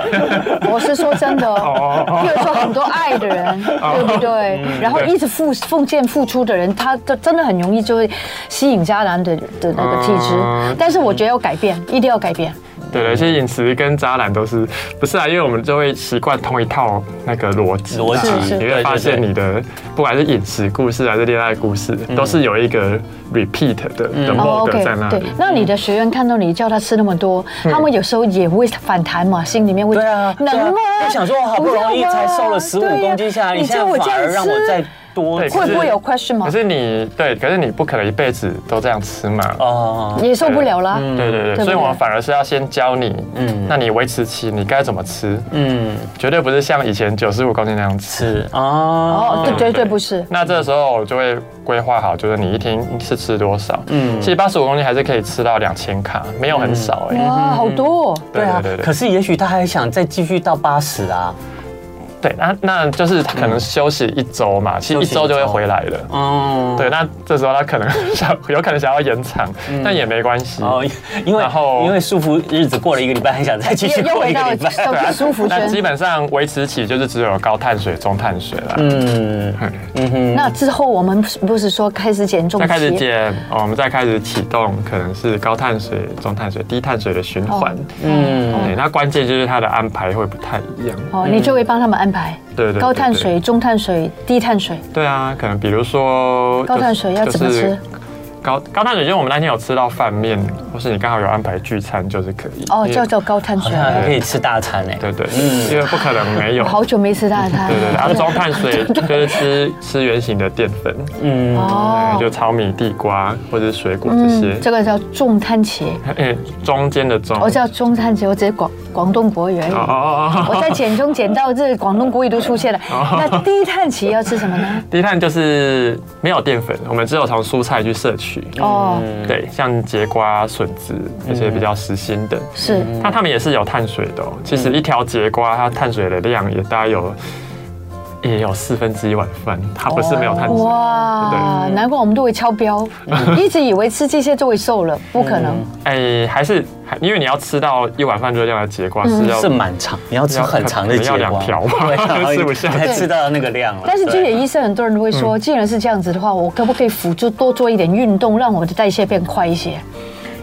Speaker 1: 我是说真的哦
Speaker 3: 哦，哦嗯
Speaker 1: 比如说很多爱的人，对不对？然后一直付奉献付出的人，他就真的很容易就会吸引渣男的的那个体质
Speaker 3: 嗯。
Speaker 1: 但是我觉得要改变，一定要改变。
Speaker 3: 对对，其实饮食跟渣男都是不是啊？因为我们就会习惯同一套那个逻辑啊，
Speaker 2: 逻辑
Speaker 1: 是是
Speaker 3: 你
Speaker 2: 对对
Speaker 3: 会发现
Speaker 2: 对
Speaker 3: 你的不管是饮食故事还是恋爱故事，都是有一个 repeat 的的
Speaker 2: 哦
Speaker 3: mode 在那
Speaker 1: 哦对
Speaker 3: 里。，
Speaker 1: 那你的学员看到你叫他吃那么多，他们有时候也会反弹嘛，心里面会
Speaker 2: 嗯对啊，对啊
Speaker 1: 能吗？
Speaker 2: 我想说，我好不容易才瘦了十五
Speaker 1: 对啊
Speaker 2: 公斤下来，你
Speaker 1: 你
Speaker 2: 现
Speaker 1: 叫
Speaker 2: 在
Speaker 1: 我这
Speaker 2: 反
Speaker 1: 样
Speaker 2: 而让我再
Speaker 1: 吃，
Speaker 2: 多
Speaker 3: 对
Speaker 2: 吃
Speaker 1: 会不会有
Speaker 3: 可
Speaker 1: question 吗
Speaker 3: 可？是你对，可是你不可能一辈子都这样吃嘛。
Speaker 2: 哦，
Speaker 1: 也受不了啦。
Speaker 3: 对对
Speaker 1: 对嗯不对
Speaker 3: 对，所以我们反而是要先教你，
Speaker 2: 嗯
Speaker 3: 嗯，那你维持期你该怎么吃，
Speaker 2: 嗯，
Speaker 3: 绝对不是像以前九十五公斤那样吃。
Speaker 2: 是
Speaker 1: 哦，
Speaker 2: 哦，
Speaker 1: 对，绝对不是。
Speaker 3: 那这时候我就会规划好，就是你一天是吃多少，嗯，其实八十五公斤还是可以吃到两千卡，没有很少
Speaker 2: 嗯
Speaker 3: 哎、
Speaker 1: 哇，好多、哦！
Speaker 3: 对对对对
Speaker 2: 可是也许他还想再继续到八十啊。
Speaker 3: 对，那那就是他可能休息一周嘛，
Speaker 2: 嗯
Speaker 3: 其实一周就会回来了。
Speaker 2: 哦，
Speaker 3: 对，那这时候他可能 想有可能想要延长，但也没关系。
Speaker 2: 嗯哦，因为
Speaker 3: 然后
Speaker 2: 因为舒服日子过了一个礼拜，还想再继续
Speaker 1: 啊 又又
Speaker 2: 过
Speaker 1: 回
Speaker 2: 一个
Speaker 1: 到
Speaker 2: 礼拜。
Speaker 1: 到
Speaker 3: 啊
Speaker 1: 舒服
Speaker 3: 那基
Speaker 1: 圈，
Speaker 3: 本上维持起就是只有高碳水、中碳水了。
Speaker 2: 嗯
Speaker 1: 那之后我们不是说开始减重
Speaker 3: 再
Speaker 1: 期，
Speaker 3: 开始减，哦我们再开始启动，可能是高碳水、中碳水、低碳水的循
Speaker 1: 哦
Speaker 3: 环。
Speaker 2: 嗯嗯
Speaker 3: 对，那关键就是它的安排会不太一样。
Speaker 1: 哦，你就会帮他们安排
Speaker 3: 对对对
Speaker 1: 高碳水、
Speaker 3: 对
Speaker 1: 中碳水、低碳水，
Speaker 3: 对啊，可能比如说
Speaker 1: 高碳水要怎么吃？
Speaker 3: 就是高高碳水，因为我们那天有吃到饭面，或是你刚好有安排聚餐，就是可以。
Speaker 1: 哦，
Speaker 3: 因为
Speaker 1: 叫做高碳
Speaker 2: 好
Speaker 1: 水。
Speaker 2: 像还可以吃大餐哎。
Speaker 3: 对对，因为不可能没 有。
Speaker 1: 好久没吃大餐，
Speaker 3: 对对对，啊，中 碳水就是吃吃原型的淀粉，
Speaker 2: 嗯，
Speaker 3: 对
Speaker 1: 哦
Speaker 3: 哎就，糙米、地瓜或者是水果这些
Speaker 1: 嗯，。这哦个叫重碳水，
Speaker 3: 哎，中间的中。
Speaker 1: 我叫中碳水，我只是广广东国语而已。
Speaker 3: 哦哦哦
Speaker 1: 我
Speaker 3: 哦，
Speaker 1: 在减重减到这广东国语都出 现了，那低碳期要吃什么呢？
Speaker 3: 低碳就是没有淀粉，我们只有从蔬菜去摄取。
Speaker 1: 哦，
Speaker 3: 对，像节瓜、笋子这些比较实心的，
Speaker 1: 是
Speaker 3: 那它们也是有碳水的、哦。其实一条节瓜，它碳水的量也大概有也有四分之一碗饭，它不是没有碳
Speaker 1: 哦
Speaker 3: 水。
Speaker 1: 哇，难怪我们都会超标，
Speaker 3: 嗯
Speaker 1: 一直以为吃这些就会瘦了，不可能。
Speaker 3: 哎，还是还因为你要吃到一碗饭热量的节瓜是要
Speaker 2: 是蛮长，你要吃
Speaker 3: 要
Speaker 2: 很长的节瓜，
Speaker 3: 要两条吧
Speaker 2: 对 啊
Speaker 3: 吃不下
Speaker 2: 才吃到那个量了。
Speaker 1: 但是
Speaker 2: 对
Speaker 1: 据野医生，很多人都会说，
Speaker 3: 嗯
Speaker 1: 既然是这样子的话，我可不可以辅助多做一点运动，让我的代谢变快一些？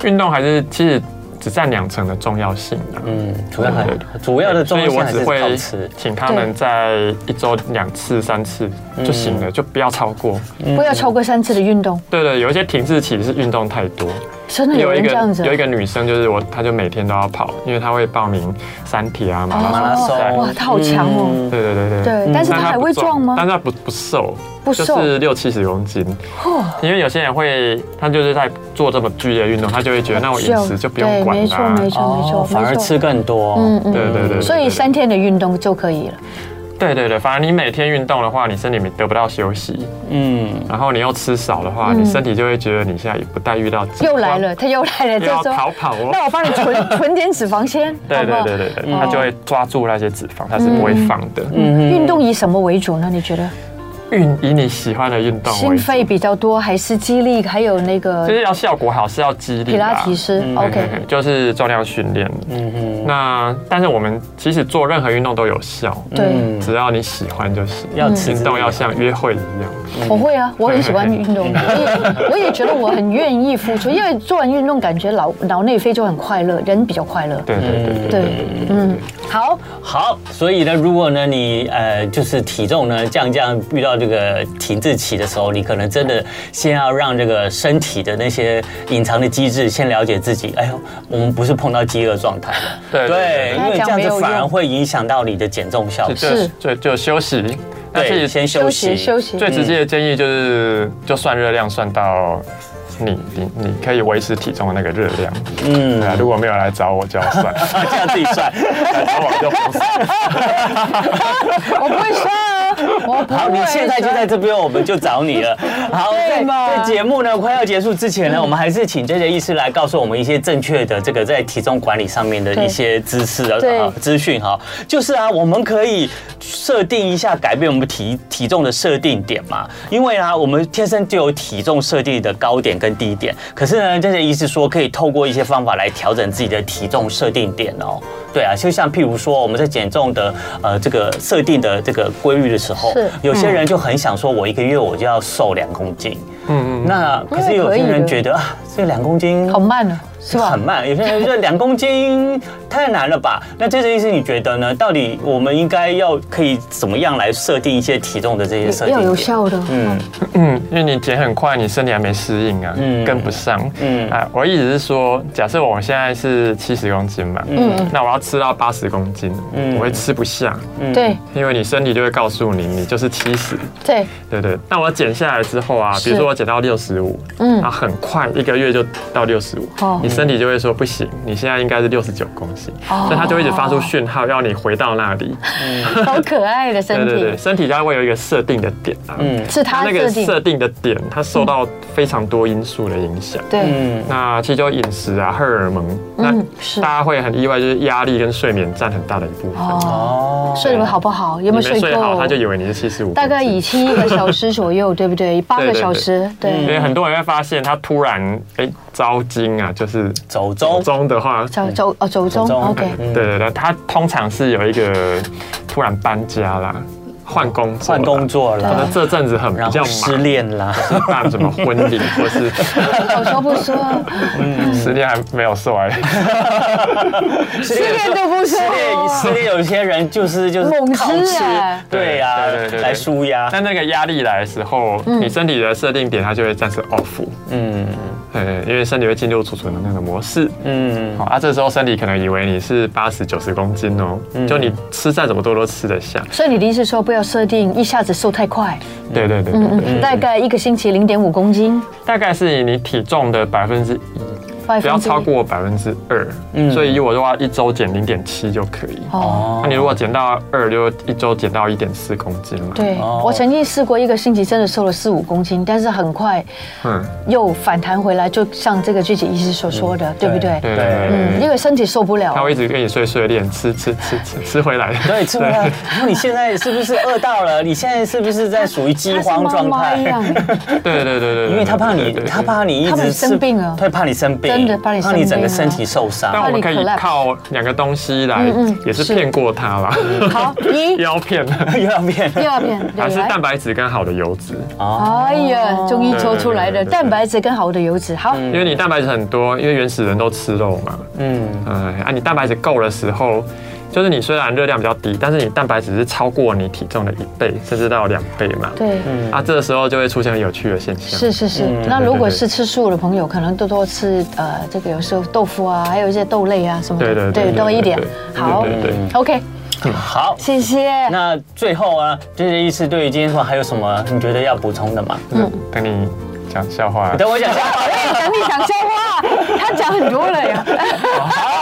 Speaker 3: 运动，还是其实只占两成的重要性、啊。
Speaker 2: 嗯，主要还主要的重
Speaker 3: 所以
Speaker 2: 心
Speaker 3: 我
Speaker 2: 还
Speaker 3: 只
Speaker 2: 是靠
Speaker 3: 会
Speaker 2: 吃。
Speaker 3: 请他们在一周两次、三次就
Speaker 2: 嗯
Speaker 3: 行了，就不要超过。
Speaker 1: 不要超过三次的运动。
Speaker 3: 对对，有一些停滞期是运动太多，
Speaker 1: 真的有
Speaker 3: 有一
Speaker 1: 人
Speaker 3: 个
Speaker 1: 这样子啊
Speaker 3: 有一个女生，就是我，她就每天都要跑，因为她会报名三铁啊、马拉松比赛。
Speaker 1: 哦哇，他好强
Speaker 2: 嗯
Speaker 1: 哦！
Speaker 3: 对对对对。
Speaker 1: 对，但是他
Speaker 3: 她
Speaker 1: 还
Speaker 3: 不
Speaker 1: 会撞吗
Speaker 3: 但？是她不不瘦，
Speaker 1: 不瘦哦
Speaker 3: 就是六七十公斤。因为有些人会，他就是在做这么剧烈的运动，他就会觉得那我饮食就不用管
Speaker 1: 哦对，没
Speaker 3: 啦、
Speaker 1: 错，没错，没错，
Speaker 2: 哦反而
Speaker 1: 没错
Speaker 2: 吃。更多。
Speaker 1: 嗯嗯
Speaker 3: 对对对对对
Speaker 1: 所以三天的运动就可以了。
Speaker 3: 对对对，反而你每天运动的话，你身体得不到休息，
Speaker 2: 嗯，
Speaker 3: 然后你又吃少的话，你身体就会觉得你现在不待遇到
Speaker 1: 嗯
Speaker 3: 饥荒
Speaker 1: 又来，了，他又来了，
Speaker 3: 又
Speaker 1: 这
Speaker 3: 要
Speaker 1: 周。
Speaker 3: 逃跑哦。
Speaker 1: 那我帮你 存存点脂肪先，
Speaker 3: 对
Speaker 1: 好不
Speaker 3: 对
Speaker 1: 好？
Speaker 3: 对对
Speaker 1: 嗯
Speaker 3: 对，他就会抓住那些脂肪，他是不会放的。
Speaker 1: 运动以什么为主呢？你觉得
Speaker 3: 嗯运以你喜欢的运动
Speaker 1: 心
Speaker 3: 为主，
Speaker 1: 肺比较多，还是肌力，还有那个
Speaker 3: 就是要效果好，是要激励
Speaker 1: 皮
Speaker 3: 啦
Speaker 1: 拉提斯
Speaker 3: 对对
Speaker 1: ？OK，
Speaker 3: 对就是重量训练。嗯嗯。那但是我们其实做任何运动都有效，
Speaker 1: 对，
Speaker 2: 嗯
Speaker 3: 只要你喜欢就
Speaker 1: 嗯
Speaker 3: 行。
Speaker 2: 要持之
Speaker 3: 运
Speaker 2: 以
Speaker 3: 动要
Speaker 2: 恒
Speaker 3: 像约会一样。
Speaker 1: 我会 啊，我很喜欢运动，我也我也觉得我很愿意付出，因为做完运动感觉脑脑内啡就很快乐，人比较快乐。
Speaker 3: 对对对对
Speaker 1: 对，嗯，好，
Speaker 2: 好，所以呢，如果呢你呃就是体重呢降降遇到这个停滞期的时候，你可能真的先要让这个身体的那些隐藏的机制先了解自己。哎呦，我们不是碰到饥饿状态了，
Speaker 3: 对对
Speaker 2: 因为这样
Speaker 1: 没有用
Speaker 2: 子反而会影响到你的减重效
Speaker 3: 对，
Speaker 2: 率。
Speaker 3: 就是就就休息。那
Speaker 2: 对，
Speaker 3: 其实
Speaker 2: 先休
Speaker 1: 休息
Speaker 2: 息
Speaker 1: 休息
Speaker 3: 最。直接的建议就是，就算热量算到你你你可以维持体重的那个热量。
Speaker 2: 嗯
Speaker 3: 对，啊，如果没有来找我就要算，
Speaker 2: 啊，这样自己 算。
Speaker 3: 来找我就不算。
Speaker 1: 我不会说啊，我不
Speaker 2: 好，
Speaker 1: 会
Speaker 2: 你
Speaker 1: 说。
Speaker 2: 现在就在这边，我们就找你 了。好，
Speaker 1: 对嗯
Speaker 2: 在在节目呢快要结束之前呢，我们还是请这些医师来告诉我们一些正确的这个在体重管理上面的一些知识啊
Speaker 1: 对
Speaker 2: 啊资讯哈。就是啊，我们可以设定一下改变我们体体重的设定点嘛，因为啊，我们天生就有体重设定的高点跟低点。可是呢，这些医师说可以透过一些方法来调整自己的体重设定点哦。对啊，就像譬如说我们在减重的呃这个设定的这个规律的时候
Speaker 1: 是，
Speaker 2: 哦
Speaker 1: 嗯
Speaker 2: 有些人就很想说，我一个月我就要瘦两公斤。
Speaker 3: 嗯嗯，
Speaker 2: 那可是
Speaker 1: 嗯
Speaker 2: 有
Speaker 1: 可以
Speaker 2: 些人
Speaker 1: 的
Speaker 2: 觉得啊，这两公斤
Speaker 1: 好慢啊，是吧
Speaker 2: 很？慢，有些人觉得两公斤太难了吧？那这个意思你觉得呢？到底我们应该要可以怎么样来设定一些体重的这些设定？
Speaker 1: 要有。效的，
Speaker 2: 嗯
Speaker 3: 嗯，因为你减很快，你身体还没适应啊，
Speaker 2: 嗯
Speaker 3: 跟不上。
Speaker 2: 嗯
Speaker 3: 嗯啊，我的意思是说，假设我现在是七十公斤嘛，嗯，那我要吃到八十公斤，
Speaker 2: 嗯
Speaker 3: 我会吃不下，
Speaker 1: 对
Speaker 3: 因为你身体就会告诉你，你就是七十，
Speaker 1: 对，
Speaker 3: 对对，那我减下来之后啊，
Speaker 1: 是
Speaker 3: 比如说我减到六十五，
Speaker 1: 嗯
Speaker 3: 嗯，啊，很快一个月就到六十五
Speaker 1: 哦，
Speaker 3: 你身体就会说不行，你现在应该是六十九公斤，
Speaker 1: 哦
Speaker 3: 所以它就会一直发出讯号，要你回到那里。
Speaker 1: 好可爱的
Speaker 3: 对
Speaker 1: 身
Speaker 3: 对对，
Speaker 1: 体，
Speaker 3: 身体它会有一个设定的点啊，嗯，
Speaker 1: 是他
Speaker 3: 那个
Speaker 1: 设定，
Speaker 3: 设定的点，它受到非常多因素的影响。
Speaker 1: 对，
Speaker 2: 嗯
Speaker 3: 那其实就饮食啊、荷尔蒙，那
Speaker 1: 嗯是
Speaker 3: 大家会很意外，就是压力跟睡眠占很大的一部分。
Speaker 1: 哦，
Speaker 2: 哦，
Speaker 1: 睡得好不好？有
Speaker 3: 嗯你
Speaker 1: 没有睡
Speaker 3: 没睡好，
Speaker 1: 够
Speaker 3: 他？就以为你是七十五。
Speaker 1: 大概以七个小时左右，对不对？八个
Speaker 3: 对对嗯
Speaker 1: 小时，
Speaker 3: 因
Speaker 1: 对，
Speaker 3: 为很多人会发现他突然哎、糟惊啊，就是
Speaker 2: 走中
Speaker 3: 中的话，
Speaker 1: 走走哦，走中
Speaker 2: 走中
Speaker 1: ，OK，
Speaker 3: 对对对，他通常是有一个突然搬家啦，换工作
Speaker 2: 换
Speaker 3: 啦，
Speaker 2: 工作
Speaker 3: 可能
Speaker 2: 了，
Speaker 3: 这阵子很比
Speaker 2: 然
Speaker 3: 较
Speaker 2: 后
Speaker 3: 忙，
Speaker 2: 失恋啦，
Speaker 3: 办什么婚礼 或是
Speaker 1: 我说不说，
Speaker 2: 嗯
Speaker 3: 失恋还没有瘦哎，
Speaker 2: 失
Speaker 1: 一
Speaker 2: 恋
Speaker 1: 点都不说
Speaker 2: 失，恋失恋有些人就是就是
Speaker 1: 猛
Speaker 2: 靠
Speaker 1: 吃
Speaker 2: 吃
Speaker 1: 哎，
Speaker 2: 对呀
Speaker 3: 对对对，对
Speaker 2: 来舒 压，
Speaker 3: 但那个压力来的时候，你身体的设定点它就会暂时 off，
Speaker 2: 嗯
Speaker 3: 呃，因为身体会进入储存能量的模式。
Speaker 2: 嗯
Speaker 3: 好啊，这时候身体可能以为你是八十九十公斤哦，
Speaker 2: 嗯
Speaker 3: 就你吃再怎么多都吃得下。
Speaker 1: 所以你的意思说不要设定一下子瘦太快，
Speaker 2: 嗯
Speaker 3: 对对对对对。
Speaker 1: 大概一个星期零点五公斤，
Speaker 3: 大概是以你体重的百分之一，
Speaker 1: 百
Speaker 3: 不
Speaker 1: 分
Speaker 3: 要
Speaker 1: 之
Speaker 3: 超过百分之二。
Speaker 2: 嗯
Speaker 3: 所以我的话，一周减零点七就可以。
Speaker 1: 哦。
Speaker 3: 那你如果减到二，就一周减到一点四公斤嘛。，
Speaker 1: 对，
Speaker 2: 哦
Speaker 1: 我曾经试过一个星期，真的瘦了四五公斤，但是很快
Speaker 3: 嗯，
Speaker 1: 又反弹回来，就像这个具体医师所说的，对不对？
Speaker 3: 嗯对对对对
Speaker 1: 嗯，因为身体受不了
Speaker 3: 他。会一直跟你碎碎念，吃吃吃吃吃回来。
Speaker 2: 对，吃不到。然后你现在是不是饿到了？你现在是不是在属于饥
Speaker 1: 它像
Speaker 2: 荒
Speaker 1: 猫
Speaker 2: 状
Speaker 1: 猫一
Speaker 2: 态？
Speaker 1: 样，
Speaker 3: 对对对对对，
Speaker 2: 因为他怕
Speaker 3: 对
Speaker 2: 你
Speaker 3: 对，对
Speaker 2: 他怕你一
Speaker 1: 他
Speaker 2: 直
Speaker 1: 们
Speaker 2: 吃
Speaker 1: 生病啊
Speaker 2: 对，怕你生病，
Speaker 1: 真的怕你生病啊
Speaker 2: 整个身体受伤。
Speaker 3: 但我们可以
Speaker 1: collapse
Speaker 3: 靠两个东西来
Speaker 1: 嗯嗯，
Speaker 3: 也是骗过他啦，
Speaker 1: 好，一，
Speaker 3: 腰骗，
Speaker 2: 又要变
Speaker 1: 第二遍，对
Speaker 3: 还是
Speaker 1: 来
Speaker 3: 蛋白质跟好的油脂。
Speaker 2: 哦，
Speaker 1: 哎呀，终于抽出来
Speaker 3: 对
Speaker 1: 了，
Speaker 3: 对嗯对对
Speaker 1: 蛋白质跟好的油脂，好，
Speaker 3: 因为你蛋白质很多，因为原始人都吃肉嘛，
Speaker 2: 嗯
Speaker 3: 嗯，啊，你蛋白质够的时候，就是你虽然热量比较低，但是你蛋白质是超过你体重的一倍，甚至到两倍嘛。
Speaker 1: 对，
Speaker 3: 啊，这个时候就会出现有趣的现象。
Speaker 1: 是是是。
Speaker 3: 嗯
Speaker 1: 那如果是吃素的朋友，可能多多吃呃这个有时候豆腐啊，还有一些豆类啊什么
Speaker 3: 对对
Speaker 1: 的，对多一点。好
Speaker 3: 对对对
Speaker 1: ，OK，
Speaker 2: 好，
Speaker 1: 谢谢。
Speaker 2: 那最后啊，就是意思对于今天说还有什么你觉得要补充的吗？
Speaker 1: 嗯
Speaker 3: 就是等嗯你讲笑话，
Speaker 2: 等我讲一下。
Speaker 1: 讲你讲笑话，他讲很多了呀。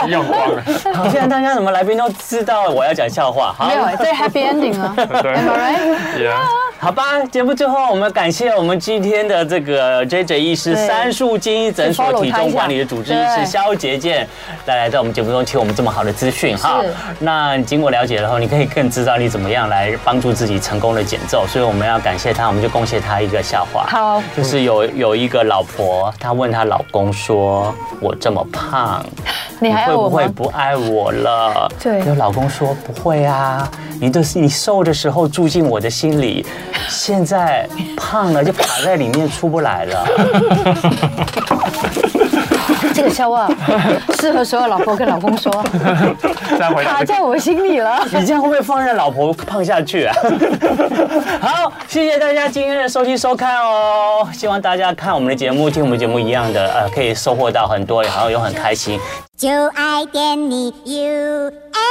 Speaker 3: 用 光了。
Speaker 2: 好，现在大家怎么来宾都知道我要讲笑话。好
Speaker 1: 没，有，这 happy ending 啊。
Speaker 3: 对
Speaker 1: Am I right？
Speaker 3: Yeah
Speaker 2: 好吧。节目最后，我们感谢我们今天的这个 J J 医师、
Speaker 1: 对
Speaker 2: 三树精英诊所
Speaker 1: follow
Speaker 2: 体
Speaker 1: 他一
Speaker 2: 重
Speaker 1: 下
Speaker 2: 管理的主治医
Speaker 1: 对
Speaker 2: 师肖杰健，带来在我们节目中提供我们这么好的资讯哈
Speaker 1: 是。
Speaker 2: 那经过了解了后，你可以更知道你怎么样来帮助自己成功的减重。所以我们要感谢他，我们就贡献他一个笑话。
Speaker 1: 好，
Speaker 2: 就是有有一个老婆，她问她老公说：“我这么胖，
Speaker 1: 你哎还爱
Speaker 2: 会
Speaker 1: 我
Speaker 2: 不会
Speaker 1: 吗？
Speaker 2: 不爱我了？”
Speaker 1: 对
Speaker 2: 有老公说：“不会啊，你的你瘦的时候住进我的心里， 现在胖了就卡在里面出不来了。
Speaker 1: 这个笑话适合所有老婆跟老公说，
Speaker 3: 再回答
Speaker 1: 卡
Speaker 3: 这个
Speaker 1: 在我心里了。
Speaker 2: 你这样会不会放任老婆胖下去啊？” 好，谢谢大家今天的收听收看哦，希望大家看我们的节目，听我们节目一样的，呃，可以收获到很多，然后又很开心。
Speaker 4: 就爱点你 UFO。